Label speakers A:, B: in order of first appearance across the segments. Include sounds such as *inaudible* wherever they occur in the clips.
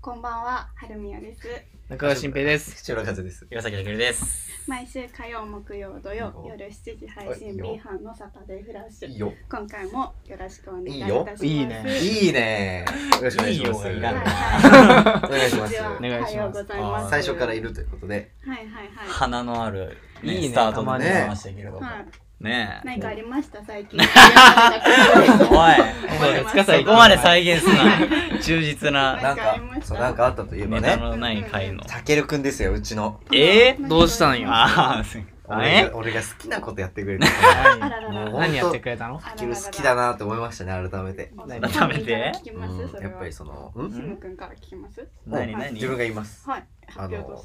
A: こんばんは、はるみよです。
B: 中川新平です。
C: 口裏風です。
D: 岩崎拓です。
A: 毎週火曜、木曜、土曜
C: いいよ
A: 夜7時配
C: あい
A: 信
C: いよ
A: B 班のサタデーフラッシ
C: い
A: ュ。
C: いよ。
A: 今回もよろしくお願いいたします。
B: いいよいいね
C: いいね。よろしくお願いしま
D: いいよ
C: す。
D: い
A: はい
D: らん
C: お
A: は
C: 願い
A: い。
C: し
A: こん
C: ま
A: にち
C: す。
A: は
B: お願いします
A: おはようございます。
C: 最初からい。るということで。
A: はいはいは
D: 花のある、ね
B: いいね
D: スタートに
B: たま
D: な
B: に
D: り
C: ね
D: ましたけれども
A: い。。はい。
D: ね
A: 何かあ
D: え。
A: りました最近。は
D: お
A: お
D: い、
A: い
C: *laughs*
D: そこまで再現すな。忠実な、
C: な
A: わか
C: んか
A: りまし、た
C: そう、なんかあったといえば
D: ネタ
C: ね。
D: のない回の。
C: たけるくんですよ、うちの。
D: えー
B: どうしたんよ
D: ああ、すいませ
C: 俺
D: ん。
C: が俺が好きなことやってくれて。
A: あららら
C: もう
B: 何やってくれたの
C: たける好きだなと思いましたね、改めて。
B: 何
A: 改めて聞きます
C: うん
A: それ
C: や
A: は
C: っぱりその、ん
A: シム君から聞きます
D: 何何
C: 自分が言います。
A: はい発表どうぞ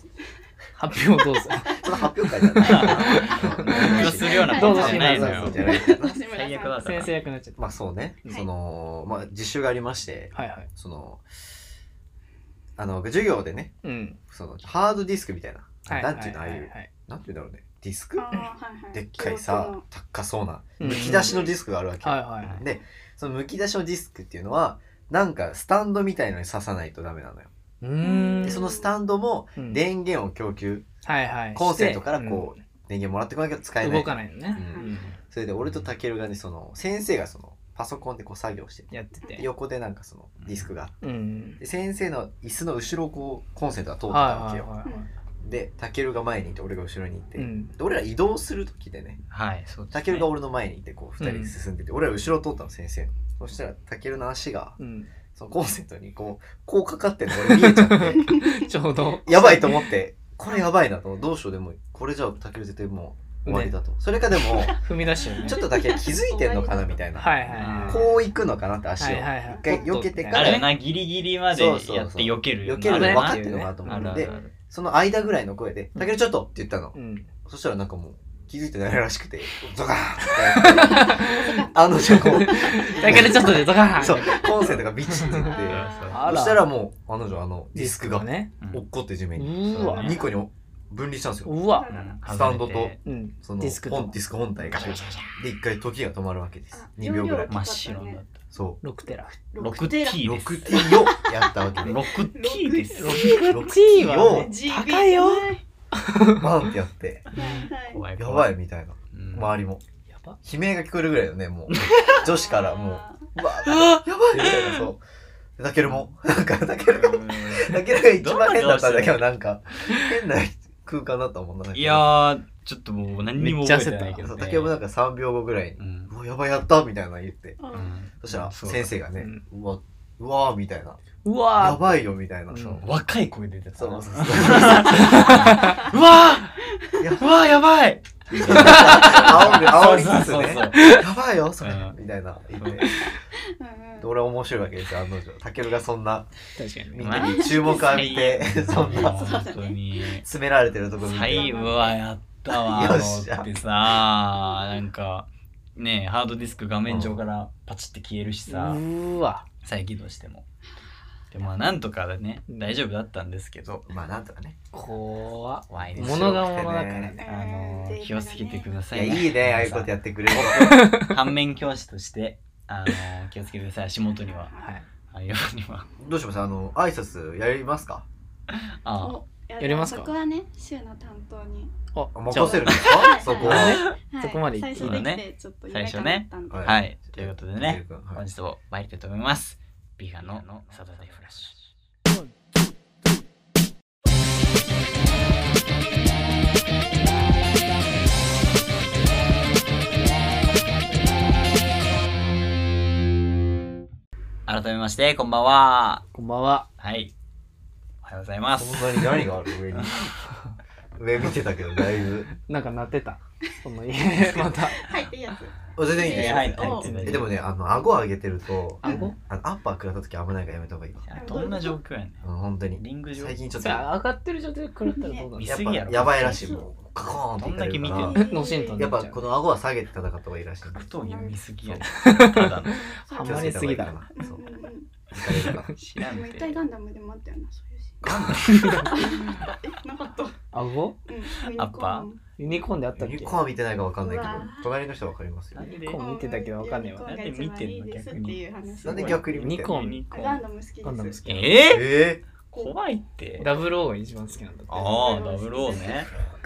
B: 発表どうぞ。
C: その発表会じゃない。
D: 発表するような
B: どう
D: こ
B: ぞ
D: とじゃないの
C: そ
D: よ
C: う。じゃないかな
A: 志村さ
D: 最悪
A: ん
D: だ
B: *laughs*
D: か
B: 先
D: ら
B: 生。役になっちゃっ
C: まあそうね
A: う。ん
C: その、まあ実習がありまして、
B: た。はいはい。
C: その、あの、授業でね、
B: うん。
C: そのハードディスクみたいな、
B: はい。
C: なんていうのああ
B: はいは
C: う
B: は
C: なんていうんだろうねディス
A: あ
C: ク
A: ーはいはい
C: でっかいさ高そうな
B: うん
C: むき出しのディスクがあるわけ、
B: はいはいはい
C: でそのむき出しのディスクっていうのはなんかスタンドみたいのに刺さないとダメなのよ
B: うー
C: で
B: ん
C: そのスタンドも
B: うん
C: 電源を供給
B: はいはい。
C: コンセントからこう電源もらってこなきゃ使え
B: うん
C: ない
B: 動かないの
C: う
B: ね。
C: ん
D: うん
C: それで俺とタケルがねその先生がそのパソコンでこう作業してて
B: やってて。
C: 横でなんかそのディスクがあって
B: うん。
C: で先生の椅子の後ろをこうコンセントが通ってたわ
B: は
C: け
B: いはい
C: よ、
B: は
C: でタケルが前にいて俺が後ろにいて、
B: い。うん。
C: で俺ら移動する時でね
D: はい、そうです
C: タ
D: ね
C: ケルが俺の前にいてこう2人で進んでて、俺は後ろを通ったの先生のそしたらタケルの足が
B: うん。
C: そのコンセントにこうこうかかってんの俺見えちゃ
D: *laughs*
C: って
B: ちょうど。
C: やばいと思ってこれやばいなと思ってどうしようでもこれじゃあタケル絶対もう終わりだと、それかで
D: *laughs*
C: も
B: 踏み出してるね。
C: ちょっとだけ気づいてんのかなみたいな、
B: はいはいはい。
C: こう行くのかなって足を、
B: はいはいはい
C: 一回避けてか
D: あ
C: ら
D: れな、ギリギリまでや
C: そう
D: っ
C: そうそう
D: て避ける。
C: 避けるの
B: ね
C: 分かっ
B: る
C: てんのかなと思
D: あ
C: っ
D: るあ
C: て
D: る
C: で
D: ある。
C: その間ぐらいの声で
B: う
C: 「
B: ん
C: タケルちょっと!」って言ったの、
B: うん。
C: そしたらなんかもう気づいてないらしくてゾカーンってやってあの女こう
B: だけどちょっとでドカーン
C: *laughs* そう、コンセントがビチッといって、
B: あら
C: そしたらもう、あの女、あの、ディスクが、
B: ね。
C: 落っこって地面に、
B: うわ。
C: 2個に分離したんですよ。
B: うわ。
C: スタンドと
B: うん。
C: その、
B: ディスクと
C: 本ディスク本体が。で、一回時が止まるわけです
A: あ。
C: 2秒ぐらい
A: 容。
D: 真っ白になった。
C: そ
B: 6テラ。
D: 6 t です。
C: う。6T をやったわけで、
D: 6t です。
B: 6T はね高いよ。
C: バンってやって、
D: 怖い
C: や
D: 怖
C: ば
D: い。
C: いみたいな。
D: うん
C: 周りも。
B: やば。
C: 悲鳴が聞こえるぐらいよね、もう。女子からもう、うわ、やばいみたいな、そう。でタケルも、なんか、タケルが、タケルが一番変だったんだけど、なんか、変な空間だったもんな。
D: いやー、ちょっともう何にも覚えてないけ
C: そ
D: ど、
C: う
D: ね。
C: 竹山なんか3秒後ぐらいに
D: う
C: 「
D: ん
C: うわやばいやった」みたいなの言って
A: うん
C: そしたら先生がね
B: うん
C: 「うわうわー」みたいな
B: う
C: 「
B: わ
C: やばいよ」みたいな
B: うん
C: そう
D: 若い声出てた。
C: そうそうそう *laughs*
D: うわーうわーやばい
C: 煽る煽りつつ
D: そうそうそう
C: ね「やばいよそれ
D: う」ん
C: みたいな言って
A: うん
C: で俺は面白いわけですよ案の定タケルがそんな
B: 確かに
C: みんなに注目浴びてそんな
D: 本当に。
C: 詰められてるとこ見
D: は
C: て
D: い、うわ、やったわ。
C: よっしゃ
D: ってさ、なんか、ねえハードディスク画面上からパチって消えるしさ。
B: うわ
D: 再起動しても。でまあなんとかだね大丈夫だったんですけど
C: まあなんとかね
B: 怖っ
D: 怖いです
B: 物が物だからね
D: あのー気をつけてくだ
C: い
D: さ
C: や
D: い
C: いいねああいうことやってくれる
D: *laughs* 反面教師としてあのー気をつけてください足元には
B: はい
D: あようには
C: どうしますあの挨拶やりますか
D: あ
A: やそこはね、週の担当に。
B: お
C: あ
B: じゃあ
C: 任せるんですかそこ
B: あ
C: は
B: のね
A: 最初できて、ちょっと
C: は
D: あはいということで
C: タケル
D: ね
C: 君はい
D: 本日も参りたいと思いますビガのサタデーフラッシュ改めましてこんばんは
B: こんばんは
D: はいおはようございます
C: そんなに何がある上に上見てたけどだいぶ
B: なんか鳴ってたこの家また
A: 入ってやつ。
C: あ全然いいですよ、
D: はいはい
C: うん
D: 全然
C: えでもねあの顎上げてるとあ
B: 顎
C: のアッパー食らった時危ないからやめた方がいいわ
D: いやどんな状況やねん
C: うん本当に
D: リング上
C: 最近ちょっ
B: そ
C: と
B: れ
C: や
B: 上がってる状態で食らったらどうな
D: 見
B: る
D: す
C: っ
D: ぎや
C: ぱ
D: ろ
C: やばいらしいもうカコーンっていかれるか
D: どんだ
C: ら
D: け見
B: のしんと
C: やっぱこの顎は下げて戦った方がいいらしい
D: 格闘技見すぎやねんただの
B: あんまりすぎだ
C: 気を
B: な
C: つけた方がいいかなそう疲れるから
D: 知ら
A: で
D: ん
A: も一
D: て
A: 回ガンダムでもあったよな、そういうシーン。なかった。
B: 顎
A: うん
B: ユニコーンであったっ
C: ユニ
B: け
C: コーンは見てないかわかんないけど
A: うわー
C: 隣の人はわかりますよ
D: なんで
B: こう見てたけどわかんないわ
A: なんで見てんの逆に。
C: なんで逆に見て
B: ユニコーン
D: ユニコーン
A: ガンダム好きです。
B: ガンダム好き
C: え
D: えー
C: え
A: こう
D: 怖いって。
B: ダブル O が一番好きなんだって。
D: ああ、ダブルオーね。 *laughs*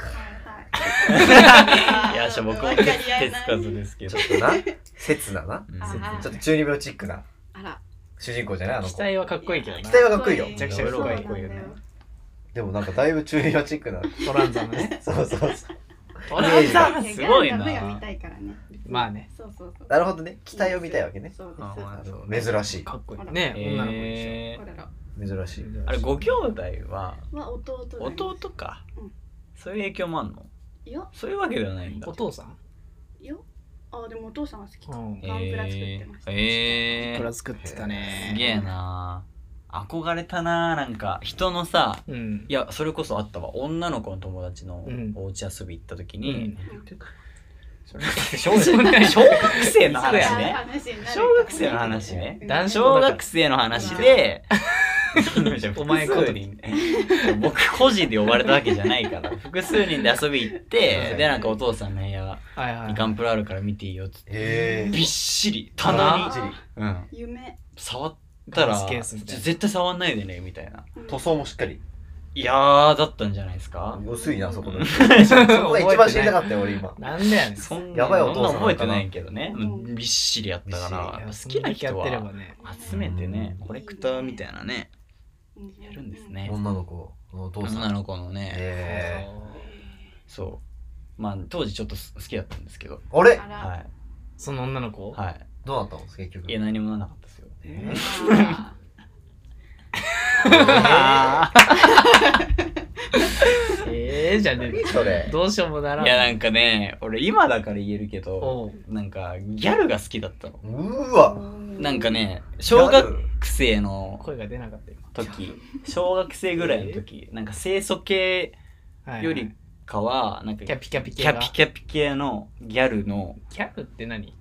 A: はいはい
D: や、しょ、僕も
A: わ
D: 手
A: か
D: 手
A: り合え
D: つ
A: ない
D: かずですけ
C: ち
D: ど
C: ょ。っとな、刹那な。
D: うん
A: あはい
C: ちょっと中二病チックな
A: あら
C: 主人公じゃないあの
B: 機
C: 子。
B: 体はかっこいいけどな。
C: 機体はかっこいいよ
A: め
D: ちゃくちゃかっこい
A: そう
D: い
A: なんだよ
C: でもなんかだいぶ中二病チックな。 *laughs*
B: トランザムね。
C: そうそうそう。
D: トランザー
A: いや
D: すごい
A: ガンダムが見
D: な。
A: たいからね
B: まあね。
A: そうそうそう
C: なるほどね。機体を見たいわけね。
A: そうです
D: あま
C: あの珍しい。
B: かっこいい。ね、女の子でし
D: え
A: これら
C: 珍しい。
B: ょ。
D: ーあれ、ご兄弟は
A: まあ弟だね
D: 弟か
A: うん。
D: そういう影響もあんの
A: よ
D: そういうわけではないんだ
B: お。父さん
A: よあでもお父さんは好き
B: う
A: か
B: ん。
A: ガンプラ作ってました
D: えーえ
B: プ
D: ー
B: ラ作ってた
D: すげ
B: ね。
D: えな憧れたななんか人のさ
B: うん
D: い。やそれこそあったわ女の子の友達の
B: うん
D: お家遊び行った時
B: う
D: に、
B: ん
D: それ小学小学生の話ね
A: 話になる
D: 小学生の話ね
A: うん
B: 男子
D: 小学生の話で *laughs*
B: お前こと
D: 複数人僕個人で呼ばれたわけじゃないから複数人で遊び行ってでなんかお父さんの部屋
B: はいはい
D: にガンプラあるから見ていいよっつって
C: へ
D: びっしり
A: あ
D: 棚
A: ー
D: に、うん、
A: 夢
D: 触った
B: ガ
D: ら
B: ラスケースみたいな
D: 絶対触んないでねみたいな
A: うん
C: 塗装もしっかり。
D: いやーだったんじゃないですか
C: 薄いな、そこの。
D: うん
C: そこが一番知りたかったよ、俺
B: *laughs*
C: 今。
B: なんだよね。
D: そん
C: やばいお
D: そ
C: 父
D: ん
C: さん
D: な覚えてないけどね、
A: うん
D: びっしりやったから好きな人
B: やってれば
D: は
B: ね。
D: 集めてね
A: うん
D: コレクターみたいなね
A: うん
D: やるんですね
C: 女の子のお父さん。
D: 女の子のね、
C: え
D: そうまあ当時ちょっとす好きだったんですけど
C: ー、あれ
A: あら
D: は
B: その女の子
D: いはい
C: どうなったの結局。
D: いや何もなかったですよ
C: え
A: あ
D: *laughs* あ
B: ええじゃね
C: ーそれ
B: え。。どうしようもなら
D: いやなんかね俺今だから言えるけど
B: おう
D: なんかギャルが好きだったの
C: うー
A: ー
C: わ。
D: *laughs* なんかね小学
C: ギ
D: 生の
B: 声が出なかった今。
D: 時小学生ぐらいの時なんか清楚系
B: はいはい
D: よりかはなんか
B: キャピキャピ
D: キ
B: 系
D: ャ
B: が
D: ピキャピ系のギャルの
B: キャルって何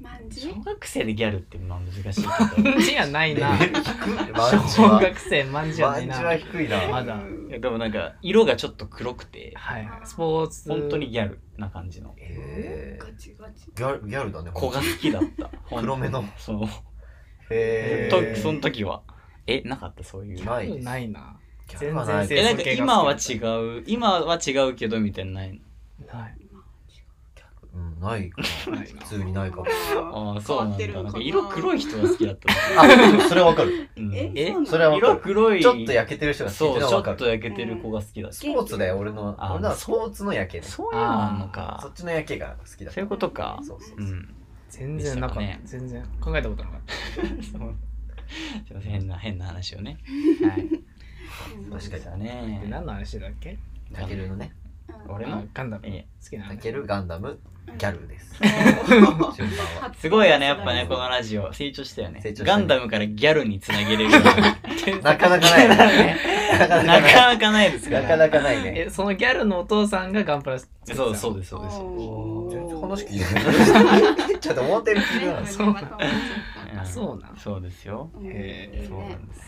A: まんじ
D: 小学生でギャルってまあ難しいけど
B: 字はない
C: ャル *laughs*
B: な
C: レ。ベル低い。マンチ
B: 小
C: は。
B: 学生まんじゃ
C: マ
B: な
C: ン
B: い
C: チ
B: な。
C: は低いな。
B: まだ。
D: いやでもなんか色がちょっと黒くて
B: はい。スポーツ。
D: 本当に。ギャルな感じの
C: え
A: ガ
C: ー
A: チガチ
C: ギャルギャルだね。
D: 子が好きだった
C: *laughs* 黒目の。
D: その
C: へ
D: と
C: ー
D: その時はえなかったそういう
C: ないです
B: ないな。
C: ギャルはない
B: 全然
D: え
B: 清
D: な
B: 楚
D: んか
B: 系が好き
D: 今は違う今は違うけどみたいなのないの
B: ない。
C: うん、ないかな。
B: ないな
C: 普通にないかも。
D: ああそうな
A: 変
D: ん
A: わってる
D: だ
A: の
D: な
A: か
D: ん
A: な
D: か色黒い人が好きだった
C: あ、それはわかる。
D: の、うん
A: え
D: え
A: そうなの
C: それはわか
D: 色
C: る。
D: 黒い
C: ちょっと焼けてる人が好きって
D: そ
C: いう
D: う
C: のは
D: ちょ
C: わ
D: っ
C: か
D: と
C: る。
D: 焼けてる子が好きだ
C: ス
D: し
C: ポーツだよ、俺の。
D: あ
C: 俺のはスポーツの焼けね。そ
D: そういうのあんのか
C: っちの焼けが好きだ
D: そういうことか
C: そうそう
D: う
C: そう。
D: ん
B: 全然なかっ
D: でした
B: た
D: かね。
B: 全然考えたことなかった。
D: すいません変な変な話をねはい
C: 確かに。
D: だ
B: で
D: ね
B: 何の話してたっけ？
C: タケルのね。
D: 俺の
B: あガンダム。
D: え
B: 好きな
C: タ
B: の。
C: ケル、ガンダム、ギャルです。順番
D: *laughs*
C: は。
D: すごいよねやっぱね
C: うん
D: このラジオ成長したよね
C: 成長したね
D: ガンダムからギャルにつなげれるような
C: なかなかない。
D: *laughs*
C: なかなか
D: な
C: ない。
D: かなかないですか
C: な
D: ら
C: かなかないね。
B: えそのギャルのお父さんがガンプラ作ってたの。
D: そうそうですそうです
B: おー
C: 全然話聞いてない。ちょっと思ってる気が
D: *laughs*
B: す
A: そうなん
D: ん
B: そうなん
D: そうですよ
B: へ
A: え
B: ー
D: そうなんです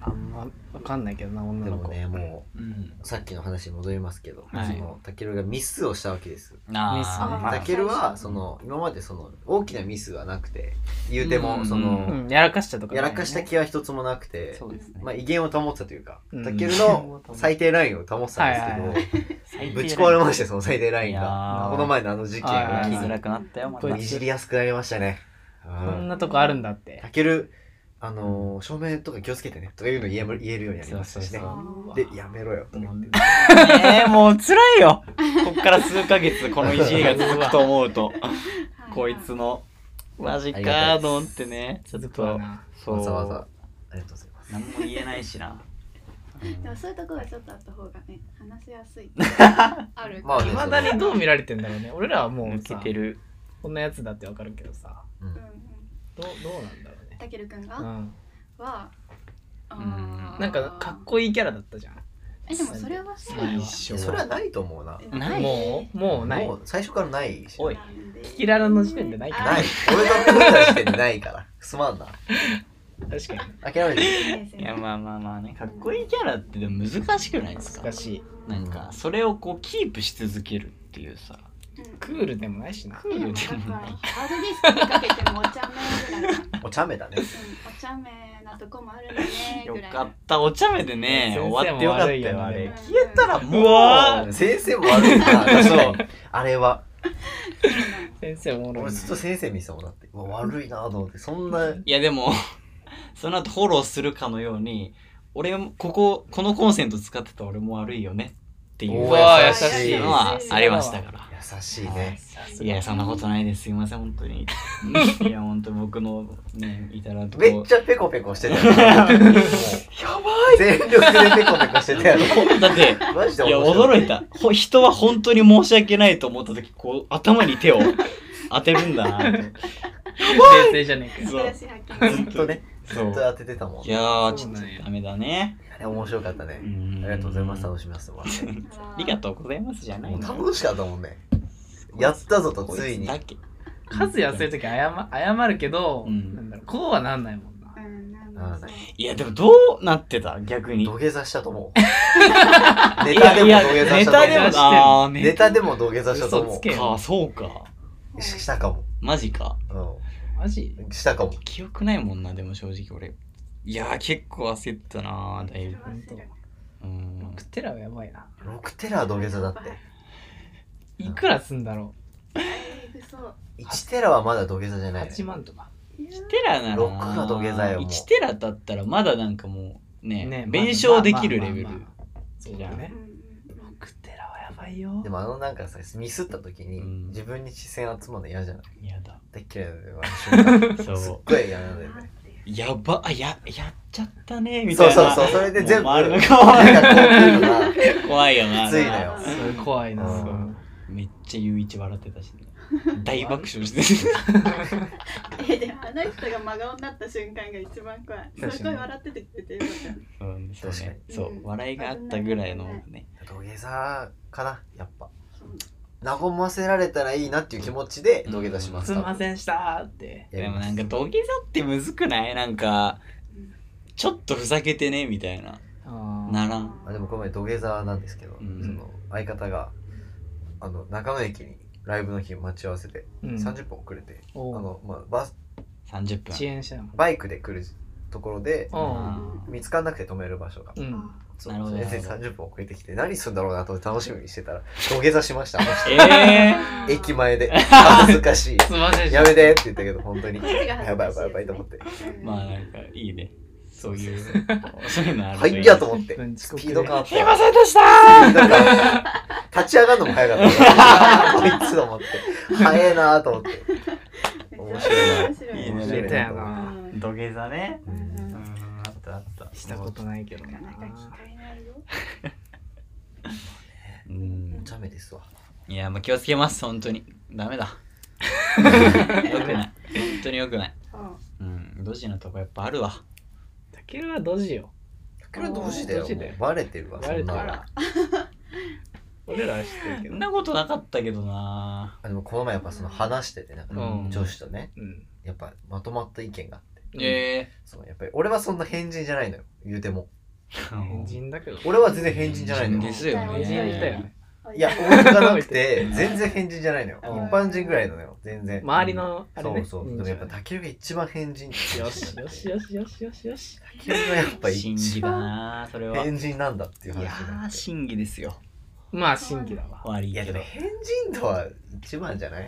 B: あんまわかんないけどな女
C: で
B: の
C: も
B: 子。
C: ね、も
D: うん
C: う、さっきの話に戻りますけど、
D: はい
C: その、タケルがミスをしたわけです。
D: な
B: ミスね
D: あ
C: タケルは、その、今までその、大きなミスはなくて、言うて
D: う
C: も、
D: ん
C: そうの、
B: うんやらかしたとかな
C: や
B: いよ
C: ら
B: ね。
C: かした気は一つもなくて、
D: そうですね
C: まあ、威厳を保ってたというか、
B: うん
C: タケルの最低ラインを保ってたんですけ
D: 最
C: *laughs*
D: 低
C: ど、ぶち壊れましたて、その最低ライン
D: いや
C: が
D: ー。
C: この前のあの事件
B: は
C: を
B: いはいは
C: 機
D: 生きづ
C: に
D: らくなったよま
B: こ
D: た
B: い
C: いじりやすくなりましたね。う
B: こん
C: ん
B: なとこあるんだって。
C: タケル、あのー、照明とか気をつけてね、とかいうの言え言えるようになりましたしね
D: そう。
A: そう
C: で、やめろよ、とか言って。
D: えーもう辛いよこっから数ヶ月このいじりが続くと思うとこいつのマジかーと思ってねちょっ
B: 続くわ
D: と
B: な。
D: そう
C: わざわざ、ありがとうございます。
D: 何も言えないしな、
A: でもそういうところがちょっとあった方がね話しやすいある
C: まあね
B: いまだにどう見られてんだろうね。俺らはもう
D: 抜け
B: さ
D: てる
B: こんなやつだってわかるけどさ。
C: う
A: うん
C: ん
B: どうどうなんだろうね。
A: たけるくんが、
B: う
A: はあ
D: う
A: ー
B: ん。
D: ん
B: なんかかっこいいキャラだったじゃん。
A: えでもそれはさ
D: 最初
C: それはないと思うな。
A: ない
B: もうもうない。
C: もう最初からないし。
D: おい
A: なんで
B: キララの時点でないから
C: ない。俺が思った時点でないから。すまんな。
B: 確かに
C: 諦めて。
A: い
D: いやまあまあまあねかっこいいキャラってでも難しくないですか
B: 難しい。
D: なんかそれをこうキープし続けるっていうさ
B: クールでもないしな。
A: クールだからハードディスクにかけてもお茶目ぐらいな、うん、
C: お茶目だね。
A: お茶目なとこもあるのね
D: よ
A: ぐらい
D: か
A: な
D: ったお茶目でね
B: 先生も
D: 終わってよかったよあ
B: 悪い
D: れ
B: よ
A: ね
D: 消えたらもう
B: うわ
C: 先生も悪いな。確
D: そ
C: か
D: う
C: に。あれは。
B: 先生おもろ
C: 俺
B: いな
C: ずっと先生見そうだって。うわ悪いなと思って。そんな。
D: いやでも *laughs* その後フォローするかのように俺もこここのコンセント使ってた俺も悪いよねっていう
C: おー
D: の
C: わ
D: は
C: ー
A: 優しい
D: ありましたから
C: 優しいね。
D: いや、そんなことないです。すいません、本当 *laughs* に。いや、本当僕のね、いたらとこ。
C: めっちゃペコペコしてたよ。もう
D: や
C: 全力でペコペコしてたやろ。
D: ばいだって、
C: マジで
D: いや、
C: い。
D: 驚いた。ほ人は本当に申し訳ないと思った時、こう、頭に手 *laughs* を当てるんだなと。
B: 先生じゃねえかよ。
A: 新しい発見ね
C: ずっとね、ずっ
D: そ
C: と
D: う。
C: 当ててたもん
D: い。やー、ち
B: そ
D: ょ
B: う
D: っ
B: な
D: と
B: んや
D: ダメだね。
C: あれ面白かった
D: あ
C: ね。ありがとうございます。楽しみます。もらって
D: ありがとうございますじゃない
C: もう
D: の。
C: 楽しかったもんね。やったぞと、
D: こ
C: ついに
D: だ。け。
B: 数痩せるとき謝謝るけど、
D: うん
B: なんだろうこうはなんないもんな。
A: うん、なんだそう
D: いや、でもどうなってた逆に。
C: 土下座したと
D: *laughs*
C: 思う。ネタでも
D: いや
C: 土
D: い
C: 下座
D: やネ
C: した
D: タ
C: と
D: で
C: 思
D: も
C: う、。
D: あー、
C: ネタでも土下座したと
B: 嘘
C: 思
B: つけ
D: か、そうか。
C: う。ししたかも。
D: マジか。
B: マジ
C: うん。したかも。
D: 記憶ないもんなでも正直俺いやー結構焦ったなーだいぶ
B: 本当
D: うん
B: 6テラはやばいな。
C: 6テラ土下座だって。
B: いくらすんだろ
A: そう。
C: 1テラはまだ土下座じゃ
B: う
C: ない。
B: ?8 万とか。
D: 1テラならな
C: ロックが土下座よもう
D: 1テラだったらまだなんかもうね
B: まあ
D: 弁償できるレベル
B: まあまあまあまあそうだよね。6テラはやばいよ。
C: でもあのなんかさ、ミスった時に
D: うん
C: 自分に視線集まるの嫌じゃない
D: やだ
C: 大っ嫌いだ
D: *laughs*
C: よ、あの瞬間すっ
D: そ
C: ごい嫌なんだよね。
D: うやばあややっちゃったねーみ
C: そ
D: た
C: う
D: い
C: そう
D: な
C: そう、それで全部、
D: もう
C: なん
D: 周り
C: か
D: の
C: こ
D: 顔
C: う
D: が
C: いうのが、
D: 怖いよな
C: きついのよ。
B: それ怖いな。
C: うん
B: そう
D: めっちゃゆういち笑ってたしね大爆笑してる
A: えでもあの人が真顔になった瞬間が一番怖い。すごい笑っててくれてよかった。
D: うんそうね
A: 確かに
D: そう
A: うん
D: 笑いがあったぐらいのね
C: 土下座かな、やっぱ。和ませられたらいいなっていう気持ちで土下座しますす。
B: んま
C: ん。
B: せんしたーって。
D: でもなんか土下座ってむずくないなんかちょっとふざけてねみたいな
B: あー
D: ならん
C: あでもこの前土下座なんですけど、
D: うん
C: その相方があの中野駅にライブの日待ち合わせて
B: うん
C: 30分遅れて、
B: おう
C: あのまあ、バス
D: 30分
B: 遅延したの。
C: バイクで来るところで
B: おう
D: あ
C: 見つからなくて止める場所が、
B: うん。
C: そう
D: なるほど
C: 先生30分遅れてきて何するんだろうなと思って楽しみにして
D: *laughs*
C: たら土下座しましたあの
D: ー
C: 人
D: え
C: 駅前
D: *laughs*
C: で恥ずかしい
B: すんませんした
C: やめてって言ったけど本当に
A: こっちが恥ずかしい
C: やばいやばいやばいと思って
D: ー、まあなんかいいねそういうそういうのある
C: は
D: といい
C: い
D: ね
C: やと思って
B: 10分遅
C: ス
B: 刻で
C: ピード感あっ
D: すい
C: て
D: ませんでした
C: なんか立ち上がるのも早かった。こいつと思って。早えなと思って。面白いな。
D: いいね
C: 面
B: 出
C: 白
B: たよ
C: な
B: な。
D: ー土下座ね
C: うん
D: うんあったあった
B: したことないけどな。
D: うん
C: お茶目ですわ。
D: いやもう気をつけます本当にダメだよくない本当によくないうんドジなとこやっぱあるわ
B: たけるはドジよ。
C: これどうしてだよ。
B: どうしてだよ
C: もうバレてるわ。
B: バレてる
C: そんなの
A: わ
B: 俺らは知ってるけ
D: そ
B: ど
D: ん。なことなかったけどな
C: あでもこの前やっぱその話してて、なんか
B: うん
C: 女子とね、
B: うん。
C: やっぱまとまった意見があって。
D: え
C: そのやっぱり俺はそんな変人じゃないのよ。言うても。
D: ー
B: 変人だけど。
C: 俺は全然変人じゃないの
D: 変人です
C: よ。
D: よ
B: 変人だよ
D: ね
B: ね。
C: いや、
B: *laughs*
C: 俺じゃなくて、全然変人じゃないのよ。
B: う
C: 一
B: ん
C: 般人ぐらいなのよ。全然。
B: 周りのあれ
C: そう
B: ね。
C: そう。
B: 人
C: でも
B: 数
C: やっぱ
B: がね
C: たけるが一番変人。
B: よしよしよしよしよしよし。
C: たけるがやっぱ
D: 真
C: 一
D: 偽だ
C: 番
D: なそれはいや
C: 変人なんだっていう話にな
D: ー
C: って。
D: 真偽ですよ
B: まあ、新規だわ。
D: 悪い
C: いや
D: け
C: でも
D: ど
C: 変人とは一番じゃない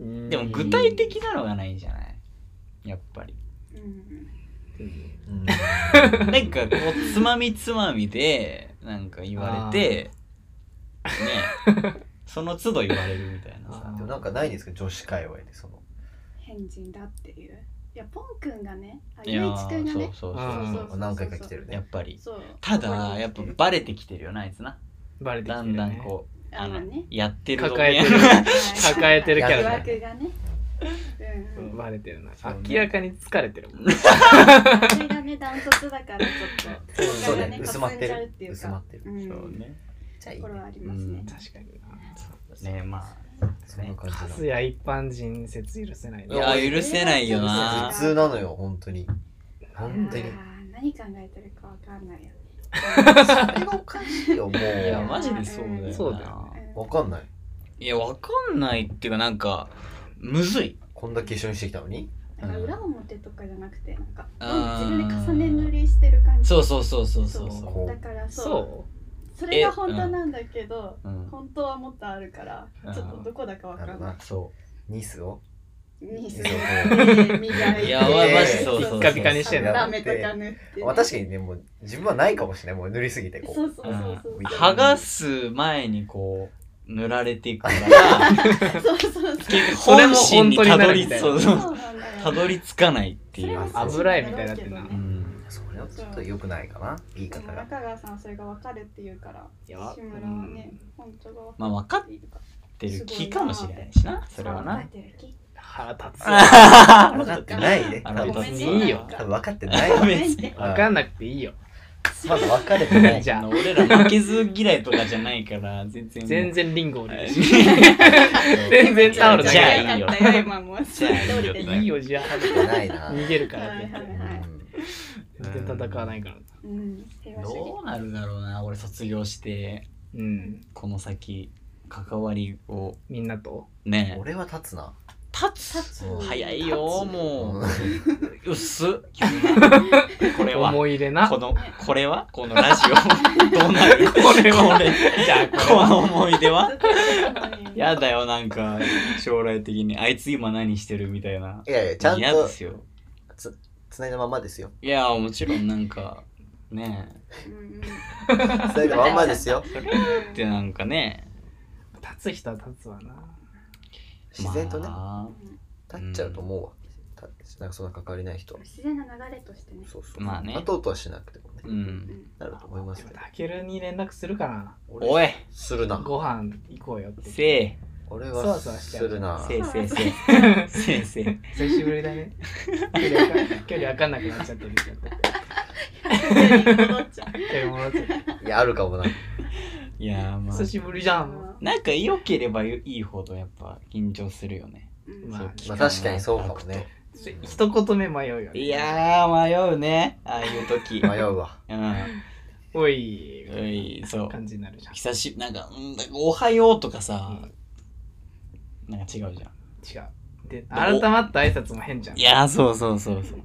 B: で
D: でも具体的なのがないじゃないやっぱり
C: うん
D: なんかこうつまみつまみでなんか言われてねその都度言われるみたいなさ
B: あ
C: でもなんかないですか女子界隈でその
A: 変人だっていう。いや、ポン君がね、あ
D: い
A: ゆ
D: や
A: いちくん
D: ー
A: が
D: そう
A: ね、
D: そう
B: うん
D: そう
C: 何回か来てる
D: やっ
C: ね
D: ぱり
A: そう。
D: ただやっぱバレてきてるよなあいつな
B: バレてきて
D: だ
B: るね
D: んだんこうあ
A: あ
D: の
A: のね、
D: やってる
B: 抱えてる抱えてるキャラ
A: 疑
B: だ
A: 惑がね。う
B: うんん。バレてるな
D: そうね
B: 明らかに疲れてるもん
A: それがね、ダントツだからちょっと、
C: そう
A: が
C: ね薄まって
A: かすんじゃう
C: る
A: っていう
C: 薄ま
A: か、
C: ってる
A: うん、
D: そうね
C: じゃあいい
A: ところは
C: ね
A: ありますね。
B: 確かにな
D: ねまあ
C: そんな感
B: カス
C: じ
B: や一般人説許せない
D: い
B: な
D: やー許せないよ
C: な
D: な
C: の普通なのよ本当に本当に
A: あー何考えてるかわかんないよね。
C: それがおかしいよも
D: いや
C: う
D: マジでそうだよ
B: そうだ
D: な
A: うん
C: わかんない
D: いや、わかんないっていうか、なんか、むずい。
C: こんだけ一緒にしてきたのに
A: なんか裏表とかじゃなくてなんか
D: あー
A: 自分で重ね塗りしてる感じ
D: そうそうそうそうそう
A: そ
D: そう
C: こ
A: だから
D: う。
A: そう
D: そ
A: それが本当なんだけど、
D: う。うん。
A: 本当はもっとあるから
D: うん
A: ちょっとどこだかわか
C: なる
A: ん
C: ほど
A: ない
C: な
D: そ
C: ニスを
A: ニス
C: そう
A: 磨いて
D: いやわ
C: マジそう
D: そうそう
B: ピッカピカにしてんの
A: ダメとか塗って
C: まあ確かにねもう自分はないかもしれないもう塗りすぎてこ
A: そううそうそうそううん
D: 剥がす前にこう、塗られていくから、
A: そうそうそう
B: *laughs* それも
D: 本心にたどり、
B: 本当になるみたいな
D: そうそう。
A: そうなんだよ
D: たどり着かないっていう。
A: それはそう
B: 油絵みたいになってんな
A: だろう
D: う
A: けどね
D: ん。
C: それはちょっと良くないかな言い
A: で
C: 方
A: も
C: が
A: 中川さんはそれがわかるって言うから
B: いや
A: 志村はね本当が
D: まあ、分かっ
A: いいのか
D: てる気かもしれないしな、それはな。 *laughs*
B: 腹立つわ
D: あ
C: 分かってないね
D: あ
C: 多
D: の
C: 分
D: 別にいいよ
C: 多分分かってない
A: ご
C: *laughs* わ
A: めんね
B: 分かんなくていいよ
C: まだ分かれてない
B: *laughs* じゃあ
D: 俺ら負けず嫌いとかじゃないから、全然。
B: 全。然リンゴをね *laughs* 全
D: 全
B: 然タオル
D: じ
B: だ
D: ゃ
B: け
D: あ
B: だ
D: いいよ。
A: じゃあ今もう
D: じゃあいいよ
B: いいよじゃあ
C: 分かってないな
B: 逃げるから
A: はいはい
B: ね
C: うん
B: 全然戦わないから
A: うん平和主義
D: どうなるだろうな、俺卒業して、
B: う
A: うんん
D: この先、関わりを、
B: みんなと
D: ね、
C: 俺は立つな
D: 立つ。
A: うん
D: 早いよ、も
C: うん
D: う。うっす。これは。
B: 思い入れな
D: この、これはこのラジ
B: *laughs*
D: オ。どうなる
B: これは
D: これ
B: じゃあこれ
D: この思い出は
A: ずっと言ってたのに
D: やだよ、なんか、将来的に。あいつ今何してるみたいな。
C: いやいやちゃん
D: 嫌
C: と
D: ですよ。
C: 繋いだまんまですよ
D: いや、もちろんなんか、ね
A: うんうん
C: 繋いだまんまです
D: *laughs*
C: よ
D: え。ってなんかね。
B: 立つ人は立つわな
C: 自然とね
D: ま
C: 立っちゃうと思うわ立なんかそんな関わりない人は
A: 自然な流れとしてね
C: そうそう
D: まあね
C: 立とうとはしなくてもね
D: あうん。
C: なると思いま
B: で
C: す
B: も
C: けど
B: タケルに連絡するか
D: おい
C: する
B: な
C: な
B: ご飯行こうよって
D: せえ、
C: 俺
B: そ
C: は
B: わそわしち
C: す
B: ゃう
C: るな
D: せえせえせえ。せえせえ。
B: 久しぶりだね距離わかんない距離わかんなくなっちゃってるけど
A: 戻っちゃう
B: 距離戻っちゃって
C: いやあるか
D: *laughs*
C: もない
D: や、まあ
B: 久。しぶりじゃん
D: なんか良ければいいほどやっぱ緊張するよね。
A: うん
B: まあ
D: そ
B: まあ
D: 期
C: ま
D: 間
C: あ
D: が
C: 確かにそうかもね
B: 一言目迷うよね
D: いやー、迷うね。ああいう時。
C: 迷うわ
D: うん。
B: おいみた
D: うい、そう
B: な。感じになるじゃん
D: 久しぶり、なんか、うんなんかおはようとかさ、なんか違うじゃん。
B: 違うで改まった挨拶も変じゃん
D: いやー、そうそうそうそう。